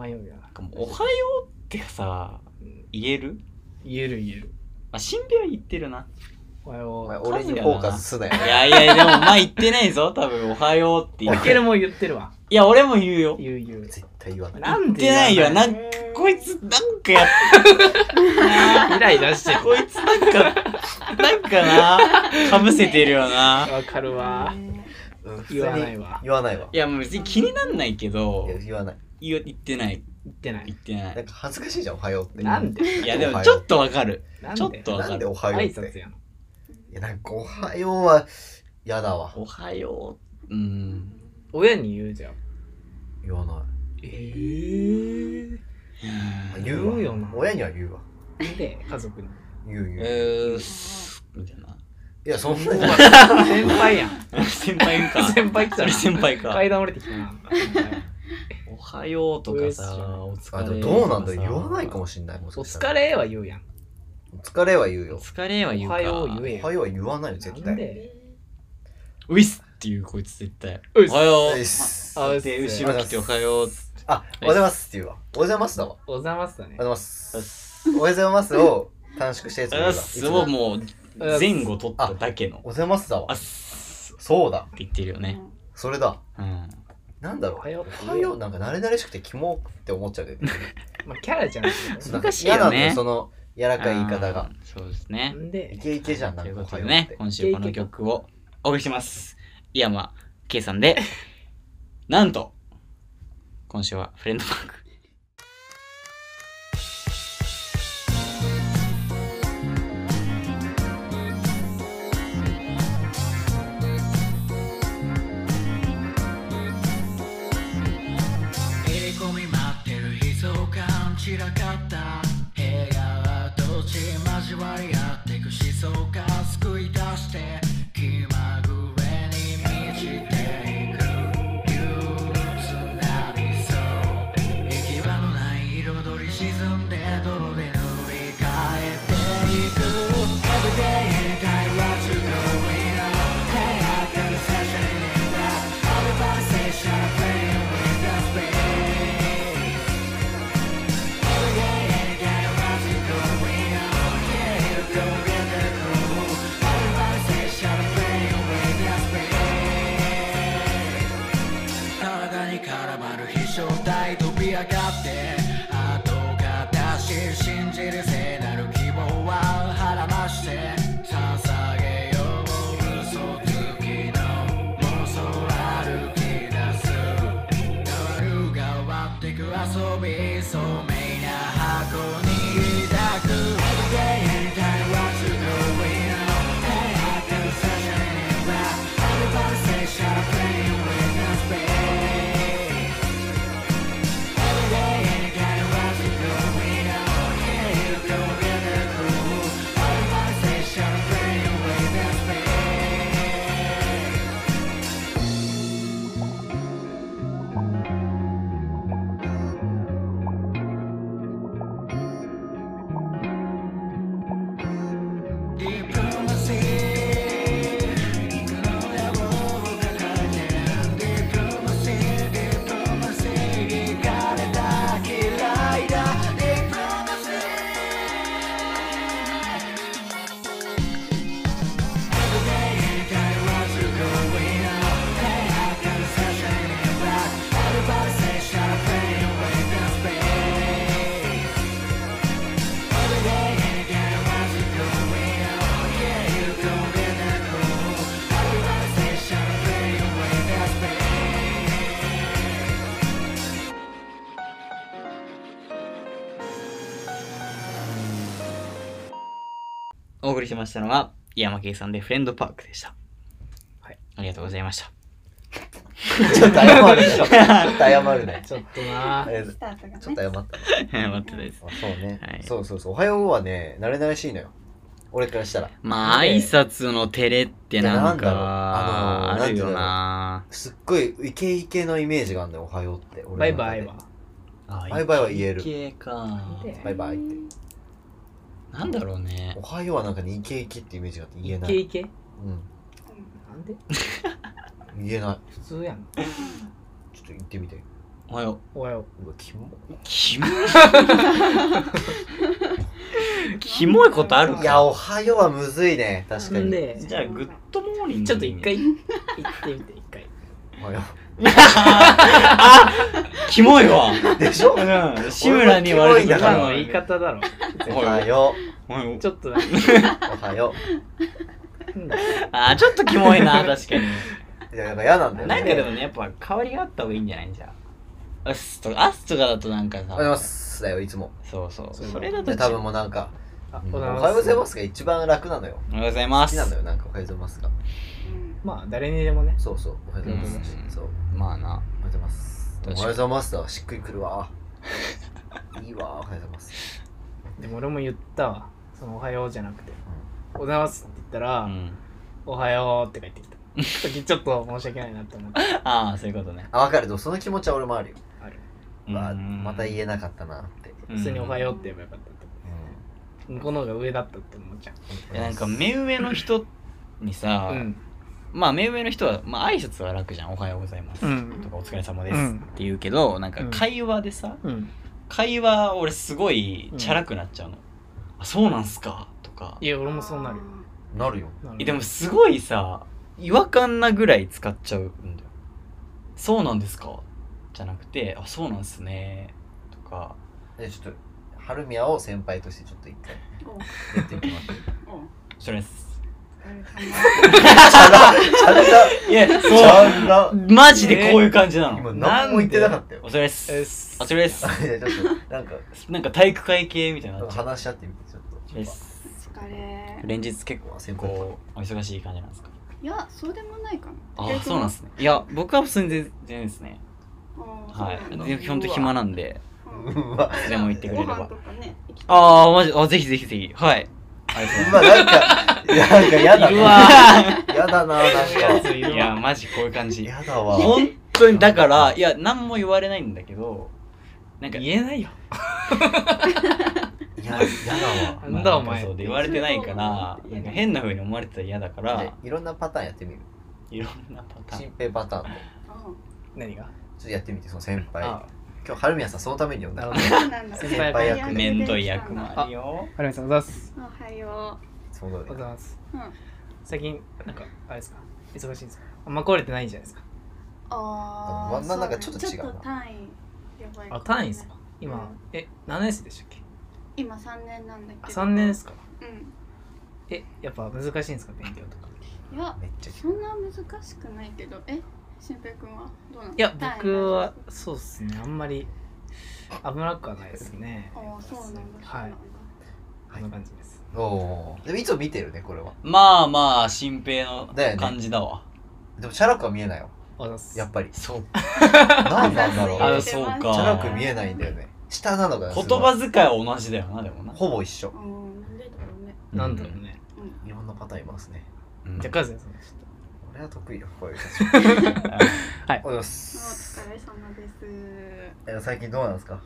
B: 迷うよな
D: なんかもうおはようってさ、
B: うん
D: 言える
B: 言える言える
D: まあ、新兵は言ってるな。
B: おは
C: お前
B: よ
C: 俺にフォーカスすなよ
D: いやいや、でもお前言ってないぞ、多分、おはようって
B: う
D: 言
B: タ
D: っ
B: ケ
D: て
B: ル
D: る。
B: も言ってるわ
D: *laughs* いや、俺も言うよ。
B: 言う言う
C: 絶対言わない
B: なんで
D: 言ってないよ、なんん
B: か
D: か、こいつ、なんかやっ
B: イライラして
D: こいつ、なんか、なんかな、かぶせてるよな
B: る。わかるわ
C: うん普通に
B: 言わないわ
C: 言わないわ
D: いや、もう別に気になんないけど
C: いや、言わない
D: 言う言ってない、
B: 言ってない
D: 言って
C: な
D: な
C: ん
D: い。
C: か恥ずかしいじゃんおはようって
B: なんで
D: いや、でもちょっとわかる。
B: なんで
D: ちょっとわ
C: な
D: か
C: んで
D: る。
C: おはようっ
B: 挨拶
C: て
B: やん
C: いやなんかおはようはやだわ
D: おはよう。うん。
B: 親に言うじゃん
C: 言わな
D: えー。
C: い
B: 言う
C: わ
B: よな
C: 親には言うわ
B: なんで家族に
C: 言う言う、
D: えーす、みたいな。
C: いやそ
B: *laughs*
C: んなに
B: 先輩やん
D: 先輩か。
B: 先輩来
D: そ
B: た
D: れ
B: な
D: 先輩か
B: 階。段降りてきたな
D: おはようとかさ、
B: う
D: お疲
C: あ
D: れ
C: で
D: と
C: も
D: かさ。
C: どうなんだ言わないかもしんないもし
B: お
C: かした
B: 疲
C: ら
B: れは言うやん
C: お疲れは言う
D: お
C: よ
D: 疲れは言
B: お
D: うか。
B: はよう言え
C: お
B: よ
C: はようは言わないよ絶
B: なん
C: 対
B: で
D: ういっすっていうこいつ絶対。
B: ういっす
D: おはよ
C: う
D: う
C: いっ。す
B: あうっす
D: で、後ろ来ておはようっつって。
C: あおはようございますって言うわおはようございますだわ
B: おざますだね
C: おはようございますおはようございますを短縮してやつ
D: あ
C: が言うわい
D: っす
C: つ
D: を
C: も
D: もう前後取っただけ
C: お。
D: の
C: はようございますだ
D: あ
C: わ
D: っすっ
C: そうだ
D: て言ってるよね。
C: それだ
D: うん。
C: なんだろう
B: おはよう
C: おはようなんか慣れ慣れしくてキモって思っちゃうけど
B: まあキャラじゃん
D: 難しいよね
C: なんか嫌なんだその柔らかい言い方
D: あ
C: が
D: ー。そうです
B: な
D: ね。
B: ん
C: イ
B: で
C: ケイケじゃんなん
D: と
C: か
D: いう
C: お
D: こと
C: は
D: で
C: ようっ
D: ね
C: て、
D: 今週この曲をお送りします。井山圭さ
C: *laughs*
D: んで、なんと、今週はフレンドパーク。
E: 入り込み待ってる悲壮感散らかった部屋はどっち交わり合ってく思想が救い出して気まぐれに満ちていく憂鬱な理想行き場のない彩り沈んで泥で塗り替えていく Everyday and I was going on
D: お送りしましたのは、山圭さんでフレンドパークでした。はい。ありがとうございま
C: *laughs*
D: した。
C: ちょっと謝るね。
D: *laughs*
C: ちょっと謝るね。
B: ちょっとな
C: あ。りがとう
A: スタートがね
C: ちょっと謝った。
D: 待ってたです。
C: あそうね、
D: はい
C: そうそうそう。おはようはね、慣れ慣れしいのよ。俺からしたら。
D: まあ、挨拶の照れってなん
C: いやな
D: か、
C: んだろうあのー
D: あるよな
C: すっごいイケイケのイメージがあるんだよ、おはようって。俺の中
B: バイ
C: で
B: バイは。。
C: バイバイは言える
D: イケイケか。
C: バイバイって。
D: なんだろうね
C: お。はようはなんかね、イケイケってイメージがあって言え
B: イ
C: な
B: ケ
C: い。
B: イケ
C: う
B: なんで
C: ん。言えない。
B: 普通やん。
C: ちょっと言ってみて。
D: おはよ
B: おはよ
C: うわ、キモ。
D: う。キモい。キモいことある
C: いや、おはようはむずいね。確
B: う。
C: か
B: ん
C: に。
B: で、
D: じゃあ、グッドモーニング。
B: ちょっと一。回行ってみて、一回。
C: おはよ
D: キモいわ。
C: う。でしょ
D: うん。志村に言われ
C: だ
D: た
C: か
B: 今
C: ら
B: の言い。方だろ。
C: おはよ
D: おはよう
B: ちょっとなんか
C: う。おはよ
B: 変だ
D: あー、ちょっとキモいな、確かに。
C: う。いや、なんか嫌なんだよ、ね。
D: なんかでもね、やっぱ変わりがあった方がいいんじゃないじゃあ。アスとか、アスとかだとなんか
C: おはようございま
D: さ、
C: す。だよ、いつも。
D: そうそう。
B: そう
D: それだと
C: で、多分もうなんか、
B: あ
C: うん
B: お
C: お
B: はよ
C: はよ
B: う
C: う
B: ございます
C: ございますが一番楽なのよ。
D: おはようございま
C: 好き
D: す
C: な。のよ、なんかおはようございますが。
B: まあ、誰にでもね。
C: そうそう、おはようございます
D: う。ん
C: そう、おはよ
D: まあな。
C: うございます。
D: 確
C: お
D: か
C: は
D: に
C: ようございますだ、しっくりくるわ。いいわ、おはようございます。
B: でも俺も言ったわ。そのおはようじゃなくて。おはようございますって言った
D: う
B: ら、
D: ん。
B: おはようって帰ってきた。時ちょっと申し訳ないなって思って。
D: ああ、そういうことね。
C: あ、わかる、でもその気持ちは俺もあるよ。
B: ある。
C: わ
D: うん
C: また言えなかったなって。
D: うん
B: 普通におはようって言えばよかったって思う。向こうの方が上だったって思っちゃ
C: う
D: いやなんか、目上の人に
B: う。
D: さ
B: う、ん。
D: まあ目上の人は、まあ挨拶は楽じゃん。おはようございます。
B: うん
D: とか、お疲れ様で
B: う
D: す
B: ん
D: って言うけど、なんか
B: うん
D: 会話でさ、
B: うん。
D: 会話俺すごいチャラくなっちゃうの。あ、そうなんすかとか。
B: いや、俺もそうなるよ。
C: なるよ。
B: なる
D: えでもすごいさ違和感なぐらい使っちゃうんだよそうなんですかじゃなくてあそうなんすねとか
C: え、ちょっと、春宮を先輩としてちょっと一 *laughs* 回
A: おう
C: やってみます。
A: おう
D: それです
A: お疲れ様
C: チャラ、チャラ、
D: いや
C: チ
D: そう
C: ャラ。
D: マジでこういう感じなの、
C: 今何も言ってなかったよ
D: お。それです
B: えっす
D: おそれです
C: *laughs* いや、ちょっと、なんか、
D: なんか体育会系みたいになっちゃう
C: 話し合ってみて、ちょっと。
D: それです
A: お疲れ
D: 連日結構
C: うわ先輩
D: こうお忙しい感じなんですか
A: いやそうでもないかな
D: あそうなんですねいや僕は普通に全全然ですねは
A: はい
D: で基本的に暇なんで
C: うわ、
D: でも言ってくれ
A: ご
D: れ
A: 飯
D: ば
A: とかね行きたい
D: ああマジあぜひぜひぜひはいありがとうございます
C: うわ、なんか、なんか嫌だ
B: いる
C: な。
B: わ
C: *laughs* 嫌だな、なんか。
B: ー。い
D: い
B: る
D: や
B: わ。
D: マジこういう感じ
C: 嫌だわ。
D: 本当にだからいや何も言われないんだけどなんか言えないよ
C: 嫌、嫌だわ。
B: なんだお前
D: そうで言われてないからなんか変な風に思われてたら嫌だから
C: ねいろんなパターンやってみる。
D: いろんなパターン
C: 新平パターンで。
A: う
B: 何が
C: ちょっとやってみて、その先輩。
B: あ
C: 今日、春宮さん、そのために呼んだ
B: なるほ
C: の。い
B: ど
A: んそうなんだ
B: 先輩
C: 役
D: 面倒い
A: 役
D: 役もあるよ
B: はるみさん、おはようございます。
A: おはよ
C: つも
B: おはよ
C: 通
B: うござ
C: り
B: います。
A: ううん
B: 最近、なんか、あれですか忙しいんですかあんま来れてないんじゃないですか
A: あ
C: 真ん中ちょっと違うな
A: ちょっと単位やばいかもね
B: あ、単位ですか今、え、何年生でしたっけ
A: 今3年なんだけど
B: あ、3年ですか
A: う
B: え、やっぱ難しいんですか勉強とか。
A: んいや
C: めっちゃ
A: そんな難しくないけどえ新平君はどうなの
B: いや、
A: 単位
B: 僕は、そうっすね。あんまり、危なくはないですね。
A: ああそうなんだ
B: はい。
C: は
B: こ
C: い
B: んな感じです。
C: おおー。でも、いつも見てるね、これは。
D: まあまあ新平の
C: だよね
D: 感じだわ
C: でも、チャラくは見えないよ。
B: おはようございます。
C: やっぱり。
D: そう
C: なんなんだろう。
D: あ
C: チ
D: そうか
C: ャラく見えないんだよね。下なのが。
D: 言葉遣いは同じだよなでもな
C: ほぼ一緒。
A: うんなんでだろうね
B: なんだろうね。
A: うん
C: いろんなパターンいますね。
D: うん
B: じゃあ、カズヤさん、ちょっと。
C: 俺は得意よ、こういう感じ。
B: *laughs* はい
C: お。はようございま
A: お
C: す。
A: 疲れ様です
C: え最近どうなんですか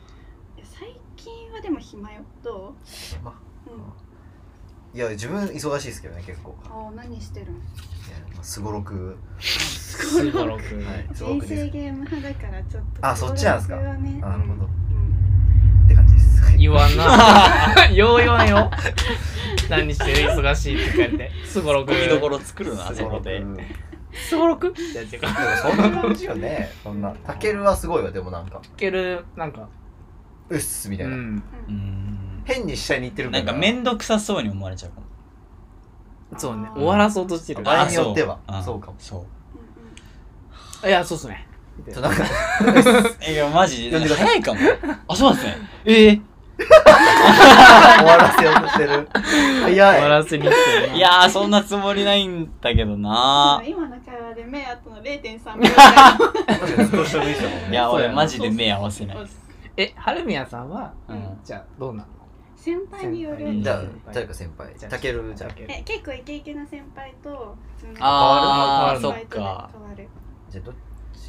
A: いや最近はでも暇よど
C: ま
A: ううん
C: いや、自分忙しいですけどね、結構。
A: ああ何してるの
C: いやまあすごろく。
B: すごろく。
C: はい、すご
A: 人
C: く
A: 生
C: ね。
A: ゲーム派だからちょっと
C: あそっちなんすか
A: 登録はね
C: あなるほど
A: うん
C: って感じです。はい
B: 言わんな。よう言わんよ。何してる忙しいって言って。すごろく。
D: ゴミどころ作るなあ
C: す
D: そ
C: ご
D: こ
C: ろく。
D: で
C: でも
B: すごろくじゃあ違う。
C: そんな感じよね。そんな。たけるはすごいわ、でもなんか。
B: いける、なんか。
C: うっす、みた
B: う
C: いな。
B: ん。
A: うん
D: うん
C: 変に下に行ってるから。
D: なんか面倒くさそうに思われちゃうかも
B: そうね。
A: あー
B: 終わらそうとしてる。
C: 場合
B: あ
C: によっては
D: あ
C: そうかも
D: そう
B: いや、そうっすね。
C: ちょなんか、
D: *laughs* いや、マジ
C: 呼ん
D: で
C: でくださ
D: 早いかも。あ、そうなんですね。ええ
C: 終わらせようとしてる。
B: 終わ
C: 早い。
B: らせに来てるない
D: やー、そんなつもりないんだけどな
A: 今の会話で目あとの0.3秒ぐらいの
C: 少しでもいいじゃんもんね
B: そう
D: いや、
B: や
D: 俺
B: な
D: マジで目合わせない。
B: えはるみやさんは
D: うん
B: じゃあどうなの
A: 先輩による
D: 先輩
C: じゃあ、誰か先輩。たけるじゃん。
B: け
A: え結構イケイケな先輩と普通の
D: あ
B: ー
A: 先輩と
D: そっか
A: 変わる
C: じゃあ、どっ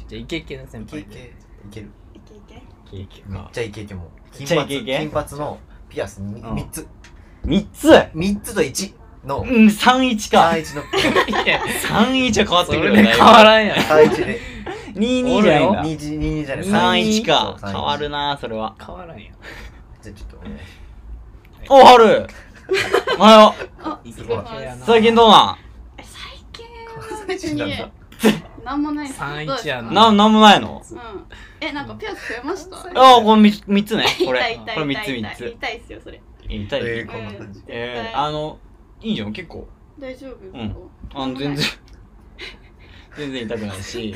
B: じゃあイケイケな先
C: ちい
B: 輩
C: けいけいける。
A: イケイケ
D: ケーキ
C: めっ
D: か。
C: ちゃイケイケもう。
D: め
C: 金
D: っちゃイ
C: 髪
D: ケイケ
C: 金髪のピアスに
D: うん
C: 3つ。
D: 3つう
C: 3つと1の
D: ん、31か。
C: 3一の
B: いや
D: 31は変わって
B: そ
D: く
B: れ
D: る
B: で変わ
D: ん。
B: らんやん
C: 3一 *laughs* で
D: 22じゃないんだ。
C: 2時2じゃない
D: 31か。
C: そう
D: 変
C: 31
D: わるなそれは。
B: 変わらんやん
C: じゃあちょっとお願いし
D: お、はるおはよ
A: あ
C: いつ
A: す
C: も
A: ごい
C: は
A: え *laughs*
D: う。最近どうな
A: 最近は
C: ます
A: 別になんもないです
B: 31や
D: んなん、なんもないの
A: うんえなんかピアス増えました
D: ああ、これみ3つね。こ
A: 痛
D: れ
A: い。痛い
D: これ3
A: 痛い痛い
D: つ3つ。
A: 痛いっすよそれ
D: 痛
C: え
D: い
C: ー。こんな感じ
A: うん
D: えー、あの、いいじゃん、結構。
A: 大丈夫
D: んあの、全然。 *laughs* 全然痛くないし。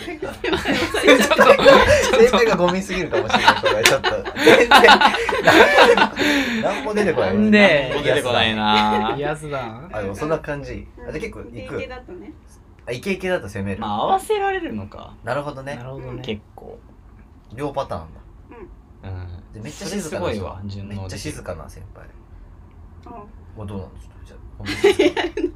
C: 先輩がゴミすぎるかもしれないこれちょっと全然何も出てこない
B: なんで
D: 出てこないな
B: ピアスだ
C: あでもそんな感じあじゃあ結構
A: イケ
C: い
A: イケ
C: く
A: だとね
C: あイケイケだと攻める
D: まあ、合わせられるのか。
C: なるほどね
B: なるほどね
D: 結構。
C: 両パターンだ
D: うん。
C: でめっちゃ
D: それ
C: 静
D: す
C: か
D: ご
C: ない人
D: わ、順応
C: め
D: で
C: っちゃ静かな先輩
A: う
C: もうどうなんです
D: *laughs*
C: かじゃあほんとに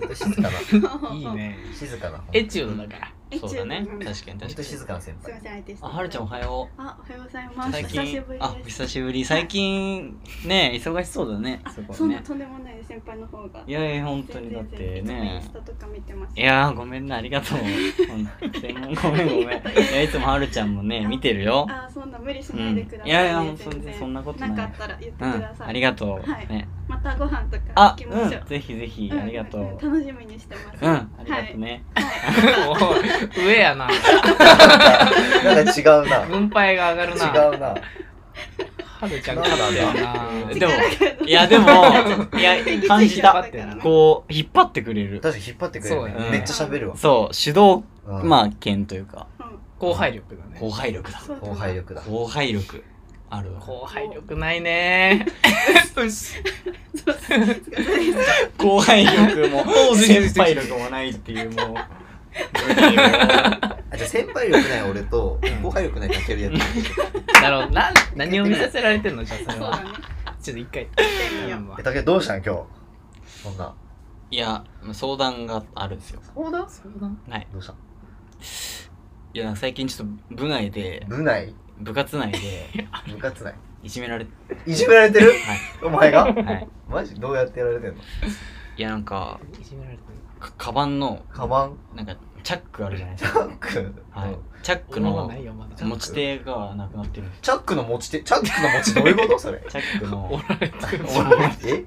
C: ほんと静かなん
D: *laughs*
B: いいね *laughs*
C: 静かな
B: エチュードだから
D: そうだ
A: う
D: ね。確
A: ん
D: かに確か
C: ほん
D: に
C: と。静かな先
A: すいませ
C: 輩
A: ん相手して
D: あ、はるちゃんおはよう。
A: あおはようございます
D: 最
A: 久し
D: 近
A: ぶり、
D: あ、
A: です
D: 久しぶり。最近、ね、忙しそうだね。
A: あ
D: そこ
A: そんな
D: ね。
A: とんでもないです先輩の方が
D: いやいや、本当
A: 全
D: に
A: 然
D: だっ
A: 全
D: て
A: 然いつもイン
D: ね
A: ス。タとか見てます
D: いやー、ごめんな、ありがとう。本当にごめんごめん。いや、いつもはるちゃんもね、見てるよ。
A: あーそんな無理し
D: う
A: ない
D: ん。
A: でください、ね
D: いやいや、そ
A: 全
D: ん
A: 然
D: そんなこと
A: なか
D: ない
A: っ。たら言ってく
D: う
A: だ
D: ん、
A: さい、
D: ありがとう。
A: はい
D: ね。
A: またご飯とか
D: あ
A: 行、きましょ
D: うん、
A: う、
D: ぜひぜひ、
A: うん
D: ありがとう。うん、
A: 楽しみにしてます、
D: ありがとうね。
B: おい上やな
C: なんか違う
D: *laughs*
C: な
B: 軍配が上がるな
C: 違うな
B: はるちゃん勝ったよな
D: でも、
A: はい *laughs*
D: や、でも、いや、感じた。こう、引っ張ってくれる。
C: 確かに引っ張ってくれる
B: そ
C: ね
B: うや
D: ね
C: めっちゃ喋るわ
D: そう、主導、
C: うん
D: まあ、権というか、
B: 後輩力だね
D: 後輩力だ。
C: 後輩力だ
D: 後輩力。あるわ。
B: 後輩力ない *laughs* ね
D: 後輩力も、
B: 先
D: 先
B: 輩
D: 輩力もないっていう、もう。
C: あじゃあ先輩力ない俺と後輩力ないかけるや
B: *laughs* なるほどな何を見させられてんのじゃあ
A: そう
B: それ
A: だ
B: は
A: ね
B: ちょっと一回
C: つえだけどどうしたん今日そんない
D: や、相談があるんですよ。
A: 相談
C: どうした
D: いや、最近ちょっと部内で、
C: 部内
D: 部活
A: *laughs*
D: 内で、
C: 部活内
D: いじめられて、
C: いじめられてる
D: はい。
C: お前が
D: はい。
C: マジどうやってやられてんの
D: いや、なんか、
B: いじめられてる
D: かカバンの、
C: カバン
D: なんか、チャックあるじゃないです
C: チャ
D: か。
C: ック
D: は
C: う
D: い
C: ん。
D: チャック
B: 車は
D: の
B: ないよまだ
D: 持ち手がなくなってるんです。
C: チャックの持ち手チャックの持ち手どういう
B: *laughs*
C: ことそれ
D: チャック
B: お
D: の
B: られてる
C: え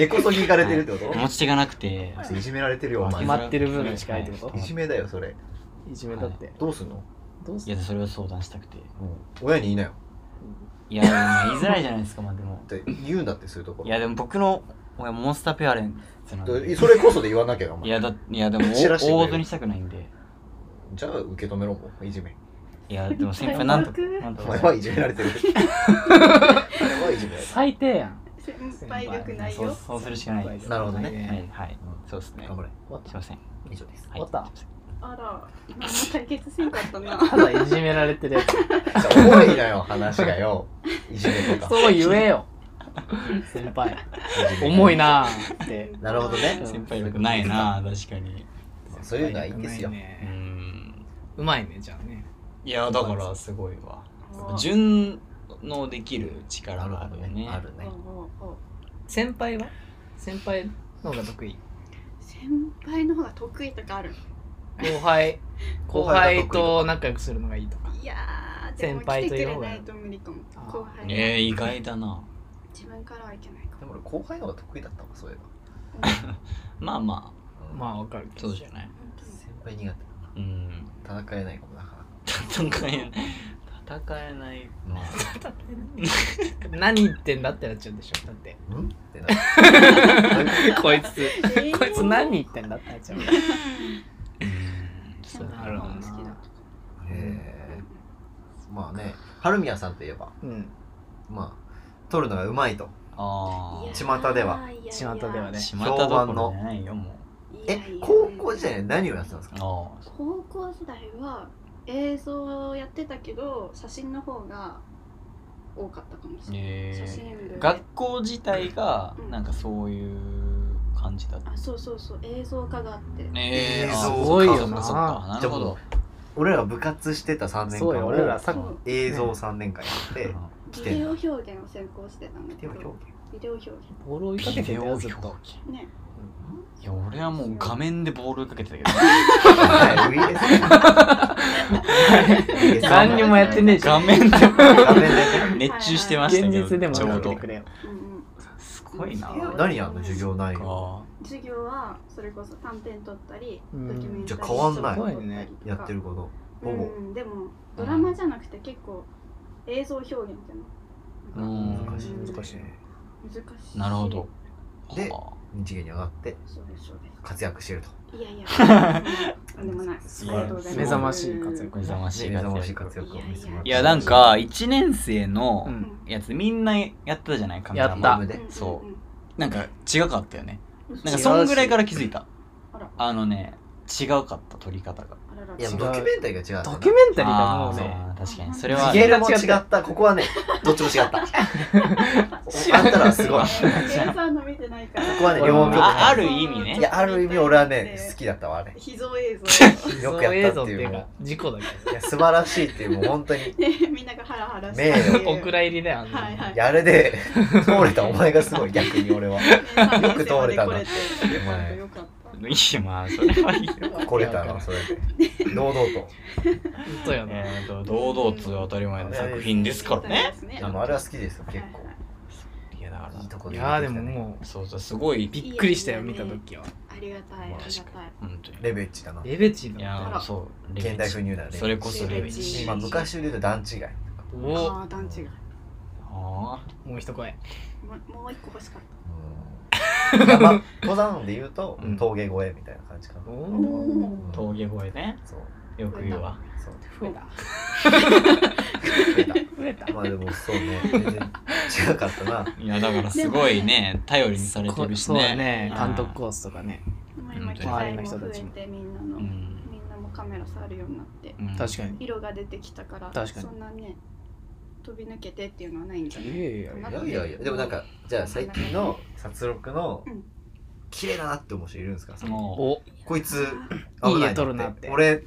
C: 根こそぎ行かれてるってこと
D: 持ち手がなくて、
C: いじめられてるよお前
B: 決まってる分の近いってこと
D: はい
C: じめだよそれ
B: いじめだって
C: どうすんの
B: どうす
D: いや、それを相談したくて。
C: うん親に言いなよ
D: いや、でも言いづらいじゃないですか、まあでも
C: っ。て言うんだってそういうとこ
D: い
C: ろ
D: や、でも僕の親、モンスターペアレンツなんで。
C: それこそで言わなきゃお
D: い
C: 前
D: や、だいやでも、
C: 知ら
D: 大
C: してくれよ
D: 事にしたくないんで。
C: じゃあ受け止めろもういじめ
D: いや、でも先輩、なんと、なんと
C: お前はいじめられて
D: *laughs*
C: るお前はいじめられてる
B: 最低やん
A: 先輩力ない
D: そう
A: よ
D: そうするしかないです。
C: なるほどね
D: はい、はい。
C: う
D: そうですね。
C: 頑張れ
D: すいません。
C: 以上です
D: はい。
B: おった
A: あら何も解決せんかったな
D: *laughs*
B: ただいじめられてるやつ
C: じゃあ多いなよ話がよいじめとか
B: そう言えよ *laughs* 先輩
C: いじめ
B: 重いなーって
C: なるほどね
D: 先輩力ないな、確かに。
C: そういうのはいいですよ
B: う
D: うー
B: ん
D: ん。
B: うまいねじゃあね
D: いや、だから、すごいわ。
A: おー
D: 順応できる力
C: なる
D: があ
C: ほど
D: るよ
C: ね
D: ね。
C: あるね
A: おーおーおー
B: 先輩は先輩の方が得意
A: 先輩の方が得意とかある
B: 後輩後
C: 後輩が得
B: 輩
C: 意
B: と仲良くするのがいいとか
A: いやーでも
B: 先輩
A: 来
B: と
A: てく
B: いう
A: れ
B: 方が
A: ないと無理かも
B: あー
A: 後輩
D: えー、意外だな。
A: 自分からはいけないか
C: で
A: も
C: も俺後輩の方が得意だったわそういえ
B: *laughs*
D: まあま
C: ば
D: あ、
C: うん
B: まあわかるけど
D: そうじゃない。
A: 本当に
C: 先輩苦
D: うん。
C: 手戦えないかもなかなか
D: 戦えない。戦えない。
C: まあ
B: 何言ってんだってなっちゃうんでしょだって
C: うんってなる
B: こいつ
A: えー
B: *laughs* こいつ何言ってんだってなっちゃう
D: そう
B: な
D: な
B: る
D: る
B: ほど
D: ほ
A: 好き
B: な
A: だ
C: えーまあね春宮さんといえば
B: うん
C: まあ取るのがうまいと
D: あ
C: いや巷では
B: 巷では
D: あ
B: ね
D: 島田どころじゃないよも
C: え高校時代何をやってたんですか
D: うああ
A: 高校時代は映像をやってたけど写真の方が多かったかもしれない、
D: え
A: 写真部で
D: ー、学校自体がなんかそういう感じだった
A: あそうそうそう映像科があって、
D: え
C: えー
D: あ
C: す
B: ごいよ
D: そっ
B: な
D: かそっかなるほど
C: 俺ら部活してた3年
B: そう
C: 間
B: よ
C: を
B: 俺ら
A: そ
B: さ
A: う
C: 映像3年間やって、
D: うん
C: 来
A: ビ
C: てん
A: デオ
C: だ
A: 表現を専攻してたんだけど
C: でも今
A: ビデオ表現
B: ボール追いかけてたよずっと
A: ね
D: いや俺はもう画面でボールかけてたけど
C: 日はい上ですね
B: 何にもやってねえじゃ
D: 画
B: ん
D: 面で
C: 画面で
D: 熱中してましたけど
B: 現実でも
D: ちょ
B: や
D: う
B: っ
D: ど
B: てくれよ
A: うんうん
D: すごいな
A: そう
D: なん
C: 何やんの授業内容
D: か
A: 授業はそれこそ短編撮ったり、
B: うん
A: ドキュメンタリー
C: じゃあ変わんない
A: ショート撮たりとか
C: やってること
A: う
C: ほぼ、
A: んでもドラマじゃなくて結構映像表現みたいな
D: う
A: なんか
D: ん
C: 難しい
A: 難し
C: い
A: 難しい
D: なるほど
C: で
D: はあ
C: 日芸に上がって
A: そうですそうです
C: 活躍してると
A: いやいや、
D: *laughs*
A: とんでもない。
D: い
A: あ
D: や
A: りがとうござます
B: 目覚ましい活躍
D: 目覚ましい
C: 目覚ましい
D: 活躍
C: 活躍を見せてもらって
D: い
C: い
D: やなんか1年生
B: う
D: の
B: ん
D: やつみんなやってたじゃないカメラ
B: やっ
D: マン
B: た
C: ムで
D: そ
A: うんうん
D: なんか違かったよね
A: うん。
D: なんかそんぐらいから気づいた
A: あら
D: あのね違うかった撮り方が
A: あらら
C: いや
A: 違
C: ド
A: う
C: キュメンタリーが違うんだよな
B: ドキュメンタリーがもうね
D: あー確かにそれは
C: 次
D: ね
C: 元も違ったここはねどっちも違った *laughs* おあんたらはすご
A: *laughs*
C: いこ
A: 全然の見てないから。
C: こはね
B: 俺
C: 両
B: も
C: 極
D: あある意味ね
C: いやある意味俺はね好きだったわあれ
A: 秘蔵映
C: いよくやったっていう
B: 映像か事故だけ
C: いや素晴らしいっていうもう本当に
A: 像。 *laughs* みんながハラハラして。
C: 名誉
B: どお蔵入りだよあんなの
A: はいはい
C: いやあれで通れたお前がすごい逆に俺はよ
A: よ
C: く通れ
A: よ
C: たな
A: かったよかった。
D: いやまあそれはいいよ
C: く来れたなそれで堂々と
B: 本当よね
D: *laughs* えーと堂々と当たり前の作品ですからね
A: です
C: い
A: ね
C: やもうあれは好きですよ結
A: はい
C: 構
A: はい
D: いやだから
C: いいとこ
B: い
C: で
B: やーで
C: 出て
B: も
C: きたね
B: も
D: そうそうすごいう
B: びっくりしたよ見た時は
A: ありがたい
D: ま
A: あ
D: あ
A: りが
D: 確
A: たい。
D: 本当に
C: レベッチだない
B: レベチ
D: い
B: だ
D: や
A: あら
D: そう
C: 現代風に言うなら
D: それこそレベ
A: レベ
D: チ
A: チ
C: まあ昔で言うと段違い
B: お
A: あ
B: お
A: あ段違い。
D: あ
B: もう一声
A: もうもう一個欲しかっ
C: うんいやまあ登山で言うと
D: うん
C: 峠越えみたいな感じかな
B: お
A: た。
B: お
C: うん
D: あ峠越えね
C: そう
D: よく言うわ
C: そ
B: 増
C: う
B: えた
C: 増えた
B: 増えた
C: まあでもそうね全然違かった
D: *laughs*
C: ない
D: やだからすごいね頼りにされてるし
B: そうだね
D: ね
B: 単独コースとかね
A: まあ今機械も増えてみんなの
D: う
A: み
D: ん
A: んなもカメラ触るようになって。
D: うん
B: 確かに
A: 色が出てきたから
B: 確かに
A: そんなね飛び抜けてっていうのはないんじゃない
B: いやいやい
A: や
C: いやいやいやでもなんかじゃあ最近の殺戮の
A: うん
C: 綺麗だなって思う人いるんですか
D: も
B: お
C: こい
B: い
C: つ
B: い
C: 危
B: ね
C: ない
B: 撮るなって
C: 俺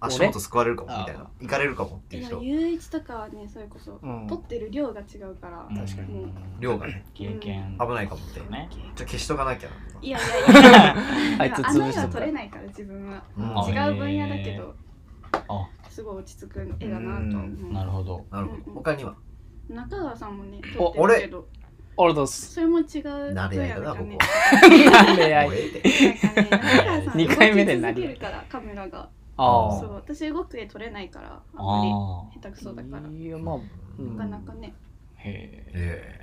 C: 足元救われるかもみたい
B: あ
C: な行かれるかもって
A: い
C: いう
A: や
C: 人
A: 唯一とかはねそれこそ、
B: うん
A: 撮ってる量が違うから、
D: う
B: 確かに
A: もう
C: 量がね
D: 経験
C: 危ないかもってじゃ
D: ね
C: あ消しとかなきゃない
A: やいやいや
B: あいつ
A: あの
B: 潰
A: 絵
B: し
A: は
B: て
A: 撮
B: た
A: れないから自分は、
C: うん
A: 違う分野だけど
D: あ
A: すごい落ち着く絵だなと思う
D: なるほど
C: なるほど他には
A: 中川さんもね撮
B: お
A: ってるけど
B: 俺と
A: *laughs*
B: す
A: それも違う分
C: 慣
A: 野
C: れ合
A: だ
C: いだ
A: か
C: なこ
A: ら
C: こ
A: ね
B: なんでや
C: はもう
B: い
C: ええ
A: *laughs* なんかね
C: て
A: 中川さん
B: 二回目で
A: 動
B: 慣れ合
A: き続け
B: い
A: るからカメラが
B: あ
A: そう私動く絵撮れないからあんま
D: あ
A: り下手くそだから
B: いやまあうん
A: なかなかね
D: あへえ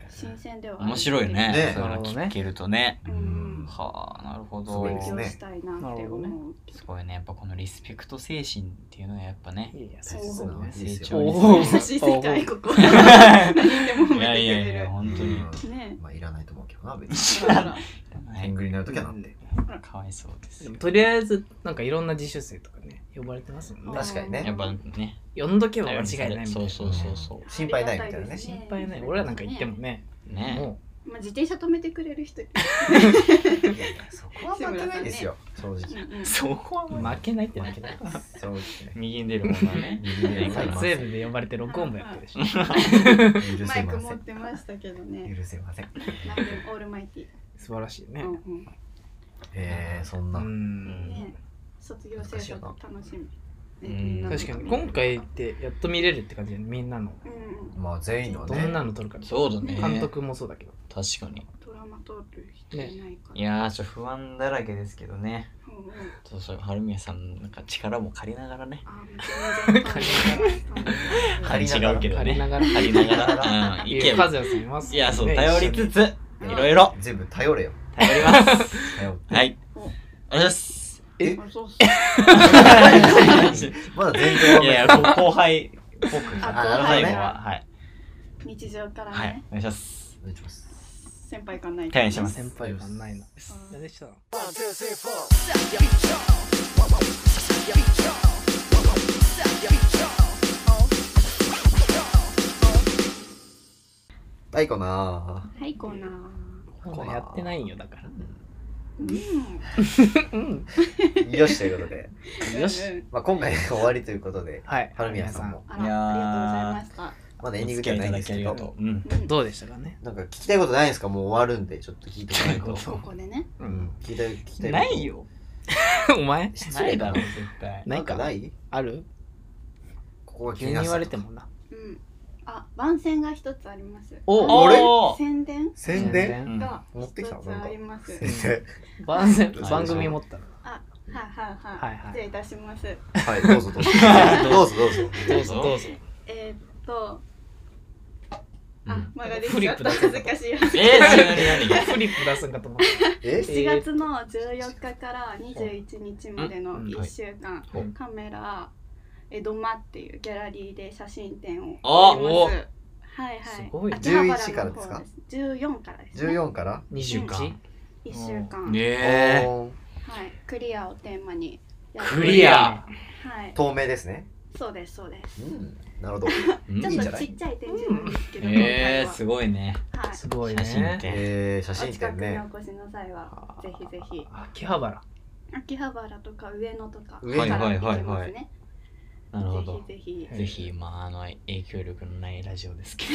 C: え
A: 新鮮ではある
D: 面白いね
C: ね
D: そういうの聞けるとね
A: う
C: え
A: ん
D: はあなるほ
C: す
D: ど
C: ごい
A: 勉
C: です
A: 強
C: ね
A: したいなって思う、
D: すごいねやっぱこのリスペクト精神っていうのはやっぱね
B: いいや
A: そう
C: そうなんです
D: 成
C: よ
D: 長
B: お
D: に
B: ー
A: 優しい世界ここ何でも
D: い
A: 褒
D: やいや
A: めてくれ
D: いや
A: る
D: 本当に
C: うん
A: ね
C: まあいらないと思うけどな別に
A: えだから
C: 天狗になるときはなって
D: かわいそうです
B: で
D: よ
B: もとりあえずなんかいろんな自主生とかね呼ばれてますもんね
C: 確かにね
D: やっぱね
B: 呼んどけば間違いないみたい
D: そう
B: な
D: そうそうそ
C: 心配ないみたいなね
B: 心配ない俺らなんか行ってもね
D: うね
B: も
A: まあ、自転車止めてくれる人いる
C: いやいやそこは負けないですよ正直
A: うん
B: *laughs*
A: うん
D: そこは
B: う負けないってだけだ
C: 正直ね
D: *laughs* 右に出るものはね
C: 右に出
B: *laughs*
C: るものは
B: 撮影部で呼ばれて録音部やってるし
C: 許
A: マ
C: せ
A: イク
C: ま
A: 持
C: せ
A: ってましたけど
C: ん
A: ね
C: 許せません
A: なんでもオールマイティ、
B: 素晴らしいね
A: うんうん
C: ええそん
B: う
C: な
B: ん
A: ね卒業制作楽しみ
D: うん
A: ねみんなの
B: 確かに今回ってやっと見れるって感じだねみんなの
A: うんうん
C: まあ全員の
B: ど
C: ね
B: んなの撮るかみたい
D: そうだね
B: な監督もそうだけど
D: 確かに
A: ドラマ撮る人いないから、
D: いやーちょっと不安だらけですけどね
A: うんうん
D: そうそう、春宮さんのなんか力も借りながらね。
A: あーめちゃめちゃ感動だ
C: 借りながら
D: 違うけど
B: 借りな
D: ね。
B: がら
D: 借りながら。うん、い
B: い
D: け
B: や
D: る
B: 和也さんいます
D: いや、そう、
B: ね
D: 頼りつつ、
A: 一緒
D: い
A: に
D: ろいろ、
C: 全部頼れよ
D: 頼ります。
C: 頼って
D: はい。
A: お
D: お願いします。
B: え
A: あそうそう
C: まだ全然わかんない
D: いやいや、こう後輩、僕
A: あ
D: が
A: 後輩
D: 最
A: ね
D: 後は、はい。
A: 日常からね、
D: はい、お願いします。
C: お願いします。
A: 先輩感ない
D: 手にします。
B: 先輩感ないな。
A: ん
B: 何でしたの
C: はい、かな
A: はいコーナー
B: こんなんやってないんよ、だから。
A: うん
B: うん。
C: ー。よし、ということで。
B: よし。
A: うん
C: まあ、今回で終わりということで、
B: はい。
C: はるみやさんも。
A: あ
D: いや
A: ら
D: ー
A: ありがとうございまし
C: まだエ
D: お
C: ンディング
D: 付
C: じゃ
D: き合いい
C: ない
D: た
C: んです
D: だきあ
C: け
D: りがと
C: ど、
D: う。うん。
A: た、うん、
B: どうでしたかね
C: なんか聞きたいことないですかもう終わるんで、ちょっと聞いてもらえる
B: 聞きたい
C: と
B: こ。
A: ここでね
C: うん、聞きたい、聞きたいこと。
D: ないよ。
B: *laughs* お前、
C: 失
D: ない
C: 礼
D: だ
C: だ
D: ろ、
C: ろ。
D: 絶対。
B: な
C: ないん
B: か
C: かない
B: ある
C: ここが気
B: 急
C: に
B: に
C: な
B: 言われてもな。
A: うんあ番宣が一つあります
B: お
A: あ
C: あれ
D: おー
A: 宣伝
C: 宣伝
D: うん
A: が
C: 持って
A: 一
C: きたの
A: つ
C: なん
A: あ
C: か
A: り。ます、
C: 宣伝。
B: 番宣
C: うん
B: 番組持ったの。
A: はいはい
B: は
A: はいい。
B: はい
A: 失礼いたします。
C: はい、どうぞどうぞ。どうぞどうぞ。
B: どうぞどうぞ。
A: えー、っと、
C: う
A: あ
C: ん、
A: 間がで
B: フ
A: き
B: リ
A: ちゃ
B: ッ
A: っ
B: プ
A: た
B: だけ
A: 恥ずかしい話。
D: えー、何何何
B: フリップ出すんかと思っ
C: え
B: え
A: 7月の14日から21日までの
B: うん
A: 1週間、
C: はい
A: カメラ江戸間っていうギャラリーで写真展を
D: あ
A: やります。はいはい。
B: すごいね
A: 秋葉原の
C: 11からですか
A: 方？14からです、ね。
C: 14から
B: た。20日
A: 1週間、
D: ねえ。
C: おー
A: はい。クリアをテーマにやって
D: クリア。
A: はい。
C: 透明ですね。
A: そうですそうです。
C: うん、なるほど。
D: うん
A: ち
C: いいん
A: ょっ
C: じ
A: と
C: ゃない
A: ちっちゃい展示なんですけど、今回
D: えー、
A: は
D: すごいね。
A: はい。
B: すごい
D: 写真
B: ね。
D: 展。
C: えー、写
A: お
C: 真
A: 近
C: 展
A: くに
C: ね。
A: お越しの際はぜひぜひ
B: 秋葉原。
A: 秋葉原とか上野とか
C: 上野
A: から行けますね
D: はいはいはいなるほど。
A: ぜひぜ
D: ぜひ、まあ、あの、影響力のないラジオですけ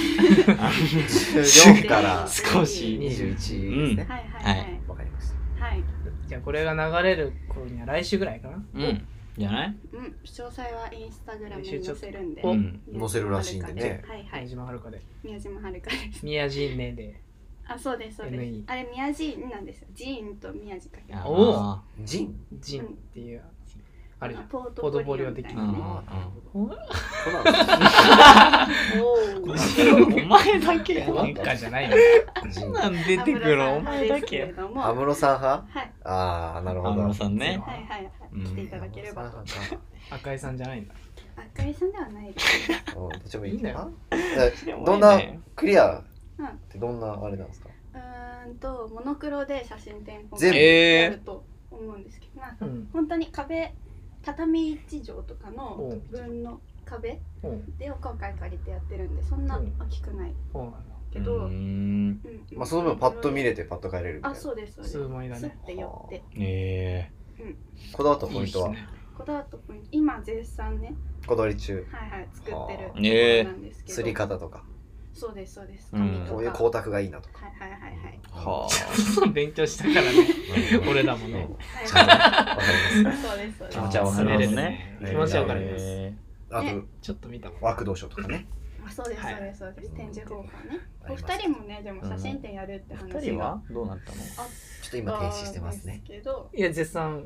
C: 14か
A: *laughs*
C: ら
A: す
D: ど、少し。
C: 21ですね
A: ひ。はいはい
D: は
A: はいい
C: わかりました。
A: はい、
B: じゃあこれが流れる頃には来週ぐらいかな。
D: *laughs* うん。じゃない
A: うん、詳細はインスタグラムに載せるんで
B: お
D: うん。
C: 載せるらしいんでね
A: はいは
B: 宮
A: い
B: 島遥で。
A: 宮島はるかです
B: 宮島ねで。
A: あそうですそうです、
B: NE
A: あれ宮寺院なんですよ寺院と宮寺かけ
D: あ
A: あ
B: お
D: ー
C: ジン
B: ジンっていう。あれじゃん。
A: ポー
B: ポー
A: ト
B: トフォ
A: ボ
B: リ
A: リ
B: オ
A: オ
B: 的
A: 的
B: な
A: なね
D: ね
C: こんな
A: おお
D: お前だけや
B: なんんかじゃないよ。
C: のジ
D: そん
C: ン
D: *laughs* なん出てくるのお前だけや
A: どもは
C: 安
A: い
C: 室さん派
A: はい
C: ああ、なるほ
D: 安
C: ど。
D: 室さんね。
A: はいはい、
D: うん
A: 来ていただければと
B: 赤井さんじゃないんだ。
A: 赤井さんではないです
C: うんどっちもいい
B: いいんだ
C: か
B: よ
D: でもね
C: どんなクリアってどんなあれなんですか
A: うーんとモノクロで写真展
C: 全部
A: や
D: え
A: ると思うんですけど、まあ
B: うん。
A: 本当に壁畳一畳とか
B: お
A: の
B: う
A: 分の壁
B: おう
A: でを今回借りてやってるんでそんな
B: うん
A: 大きくない
B: おうなんだ。
A: け
D: ー。
A: ど、
D: うー
A: うん
D: ん。
C: まあその分パッと見れてパッと帰れるみたい
A: あ
C: な。
A: そうですそうです
B: 数枚だ
A: スッ
B: ね。
A: て寄って
D: え
C: こだわった
D: ー。
C: ポイントはい
D: いっ
A: こだわったポイント今絶賛ね
C: こだわり中。
A: はいはい作ってる
C: は
A: とこ
D: あねえ
A: ろなんですけど、
C: すり方とか、
A: そうですそうです
D: うん
A: 紙とか、
C: こう
A: はいは
C: いう
A: い
C: 光沢がいいなとか。
A: はいはいはい
D: は
B: 勉強したから
C: *laughs*
B: ね。 *laughs*
C: うん
B: 俺らもね。
A: はい
C: *laughs* ちゃんと
A: は
C: わかりま
A: いそうですそうです
C: 気
D: あ。
C: 持ちはわかりま
D: 滑
C: す
D: れるね。
C: す
B: 気持ちはわかります
D: え
C: あ
A: ね
C: と、
B: ちょっと見たもん。
C: 枠同賞とかね。
A: あそうです
B: は
A: そ
B: いう
A: ですそうです、展示方法ね
C: あり
A: お
C: ます
A: 二人もねでも写真展やるって話
D: ー。
A: が
D: 二人はどうなったの
C: ちょっと今停止してますね。
A: けど
B: いや、絶賛。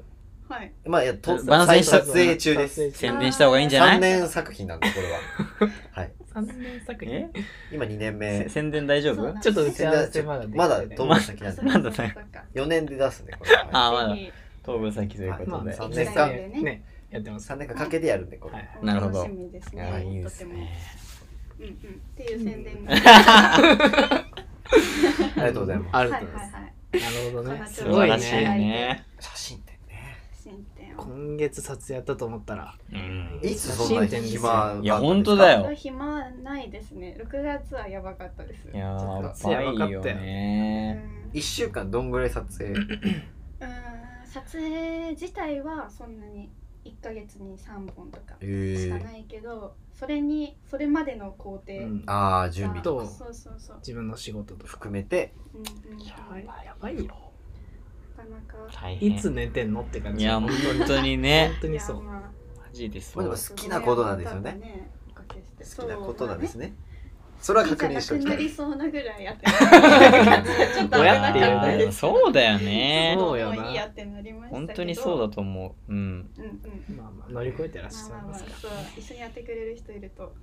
A: はい
C: まあ、いや、と
D: 番宣
C: 再
D: した
C: 撮影中です。
D: 宣伝した方がいいんじゃな
C: 3
D: い
C: 年作品なんで、これは。はい。
B: 3年作
D: え
B: 品。
C: 今2年目
D: せ。宣伝大丈夫
A: そうなん
B: ちょっと打ち合わせまだできてな
C: ま
B: い
C: だ当分先なんで。
D: なんだね
C: 4年で出すね、これは。
D: あー、まだ
A: ぜひ
D: 当分先ということで
C: ま。あ
B: 一年間でね、やってます。
C: 3
B: はい
C: 年間かけてやるんで、これ。
B: はい。
D: なるほど
A: 楽しみです
D: い
A: ね。
D: やー、いいで
A: と
D: す
A: ても。
D: ね。
A: うんうん。っていう宣伝
D: *laughs*
A: が。
C: ありがとうございま
B: あ
A: は
B: る
A: い
B: と
A: は
B: 思
A: い
B: います。
A: はい。
B: なるほどね。す
D: 素
B: ご
D: 晴
B: い
D: らしい
B: ね。
D: ね。
C: す。写真展ね。
A: 新店を。
B: 今月撮影やったと思ったら。
D: うん
C: いつそんな
B: 写真展ですよ
C: 暇
D: いや、本当だ
C: よ。
D: よ。
A: 暇はないですね。6月はやばかったです。
D: や
B: ちょっと
D: ばいよ
A: うん
D: ね。
C: 1週間どんぐらい撮影
A: うん撮影自体はそんなに1ヶ月に3本とかし
C: え
A: か
C: ー
A: ないけど、それにそれまでの工程
B: う
A: が、
B: ん
C: ああ、準備
B: と
A: そうそうそう、
B: 自分の仕事とか。
C: 含めて、
A: うんうん、な
B: やばいやばいよ。
A: かなか
D: 大変。
B: いつ寝てんのって感
D: い
B: じ。
D: や、
B: 本
D: 本当にね。
B: 当にそ
A: いや
B: う。
A: まあ
D: マジです
C: まあで
D: よ
C: も好きなことなんですよね。
A: ねおかけして
C: 好きなことなんです
A: ね。
C: ね。それは確認しておきた
A: なくなり
C: い。
A: そうなぐらいやってました。ちょっと危なか
B: ていう
A: った
B: ね
A: で
D: や
A: す。
D: そうだよ *laughs* ね。
A: も
B: そううよな
A: もういいやってなりましたけど。
D: 本当にそうだと思う。うん。
A: うんうん。
B: まあまあ乗り越えてらっし
A: ま
B: ゃい
A: あまあま
B: ま
A: あ
B: すか
A: そう一緒にやってくれる人いると、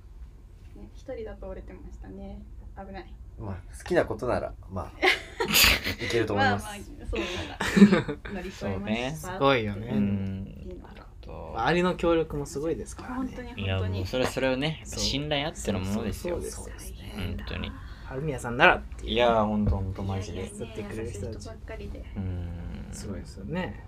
A: ね一人だと折れてましたね。危ない。
C: まあ、好きなことなら、まあ、いけると思い
A: まあ
C: ま
A: ますあ。そうなら
D: *laughs*
A: 乗り越えまし
B: ら。
A: た。
B: すごいよ
D: う
B: ね。
D: ん。
A: いいなと
B: アリの協力もすごいですから
A: 本
B: ね
A: 当。に
D: いや、
A: 本当
D: も
A: に
D: う。それはそれをね、
B: そう
D: 信頼あってのものですよ。
B: そうそうそう
A: 大変
D: 本当に
B: 春宮さんならっていう
D: いやーほんとほんとマジ
A: いや
D: で
A: いやいや優しい人ばっかりで、
D: うーん
B: すごいですよね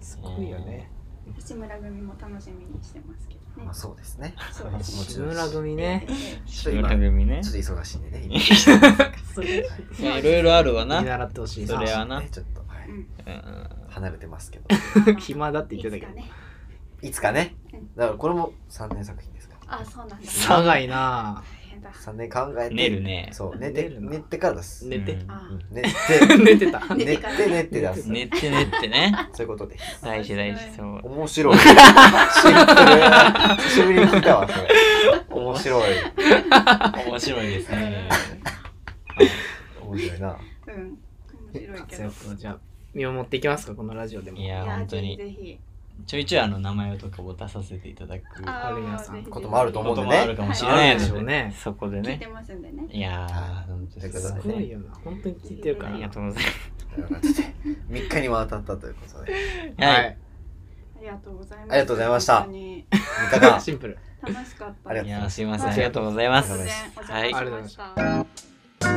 B: すごいよね
A: うん志村組も楽しみにしてますけどね
C: まあそうですね。
A: そうです
C: も
B: 志村組ね
D: 志村組ね
C: ちょっと忙しいんでね。今
D: いやいろいろあるわ
B: 見
D: な
B: 習ってほしい
D: それはな
C: ねちょっと、はい
A: うん
D: うん
C: 離れてますけど。
B: 暇だって言ってたけど
A: いつかね
C: いつかね
A: うん。
C: だからこれも3年作品ですから。
A: あそうなんだ
B: さがいな
A: 大変だ
C: 3年考えて。
D: 寝るね
C: そう、寝て、
B: 寝るな
C: 寝てから出す。
B: 寝て
D: うん
A: あ
C: うん寝て、
B: 寝てた
C: 寝
A: *laughs* 寝て
C: て
A: から、
C: 寝て出す。
D: 寝て寝
C: *laughs*
D: てね
C: そういうことです。
D: 大事大事そう
C: 面白い。シンプル久しぶりに聞いたわ、それ。面白い。
D: 面白いですね
C: 面白いな。
A: うん面白いけ
B: 活
A: ど
B: 躍をじゃあ見守っていきますかこのラジオでも
D: いや
A: いや
D: 本当
A: ぜひ
D: に
A: ぜひ
D: ちょいちょいあの名前をとかを出させていただく
A: あー
B: 春宮さん
A: ぜひぜひ
C: こともあると思
D: こ
C: うんで
D: と
C: ね
D: もあるかもしれない
B: あるでしょう
D: ので
B: ね
D: そこで
A: 聞い
D: ね
A: てますんでね
D: いやー本当に
C: ということ
B: す
C: で
B: ごいよな本当に聞いてるか
D: ありが
B: ら
D: とうございます
C: ということで3日にわたったということで、
D: はい
A: ありがとうございます
C: ありがとうございました
A: 本当に
C: 3日間
B: シンプル
A: 楽しかった
C: ありがとうございます
D: いやすいませんありがとうございます
A: 突然お邪魔し
B: はい
A: ました、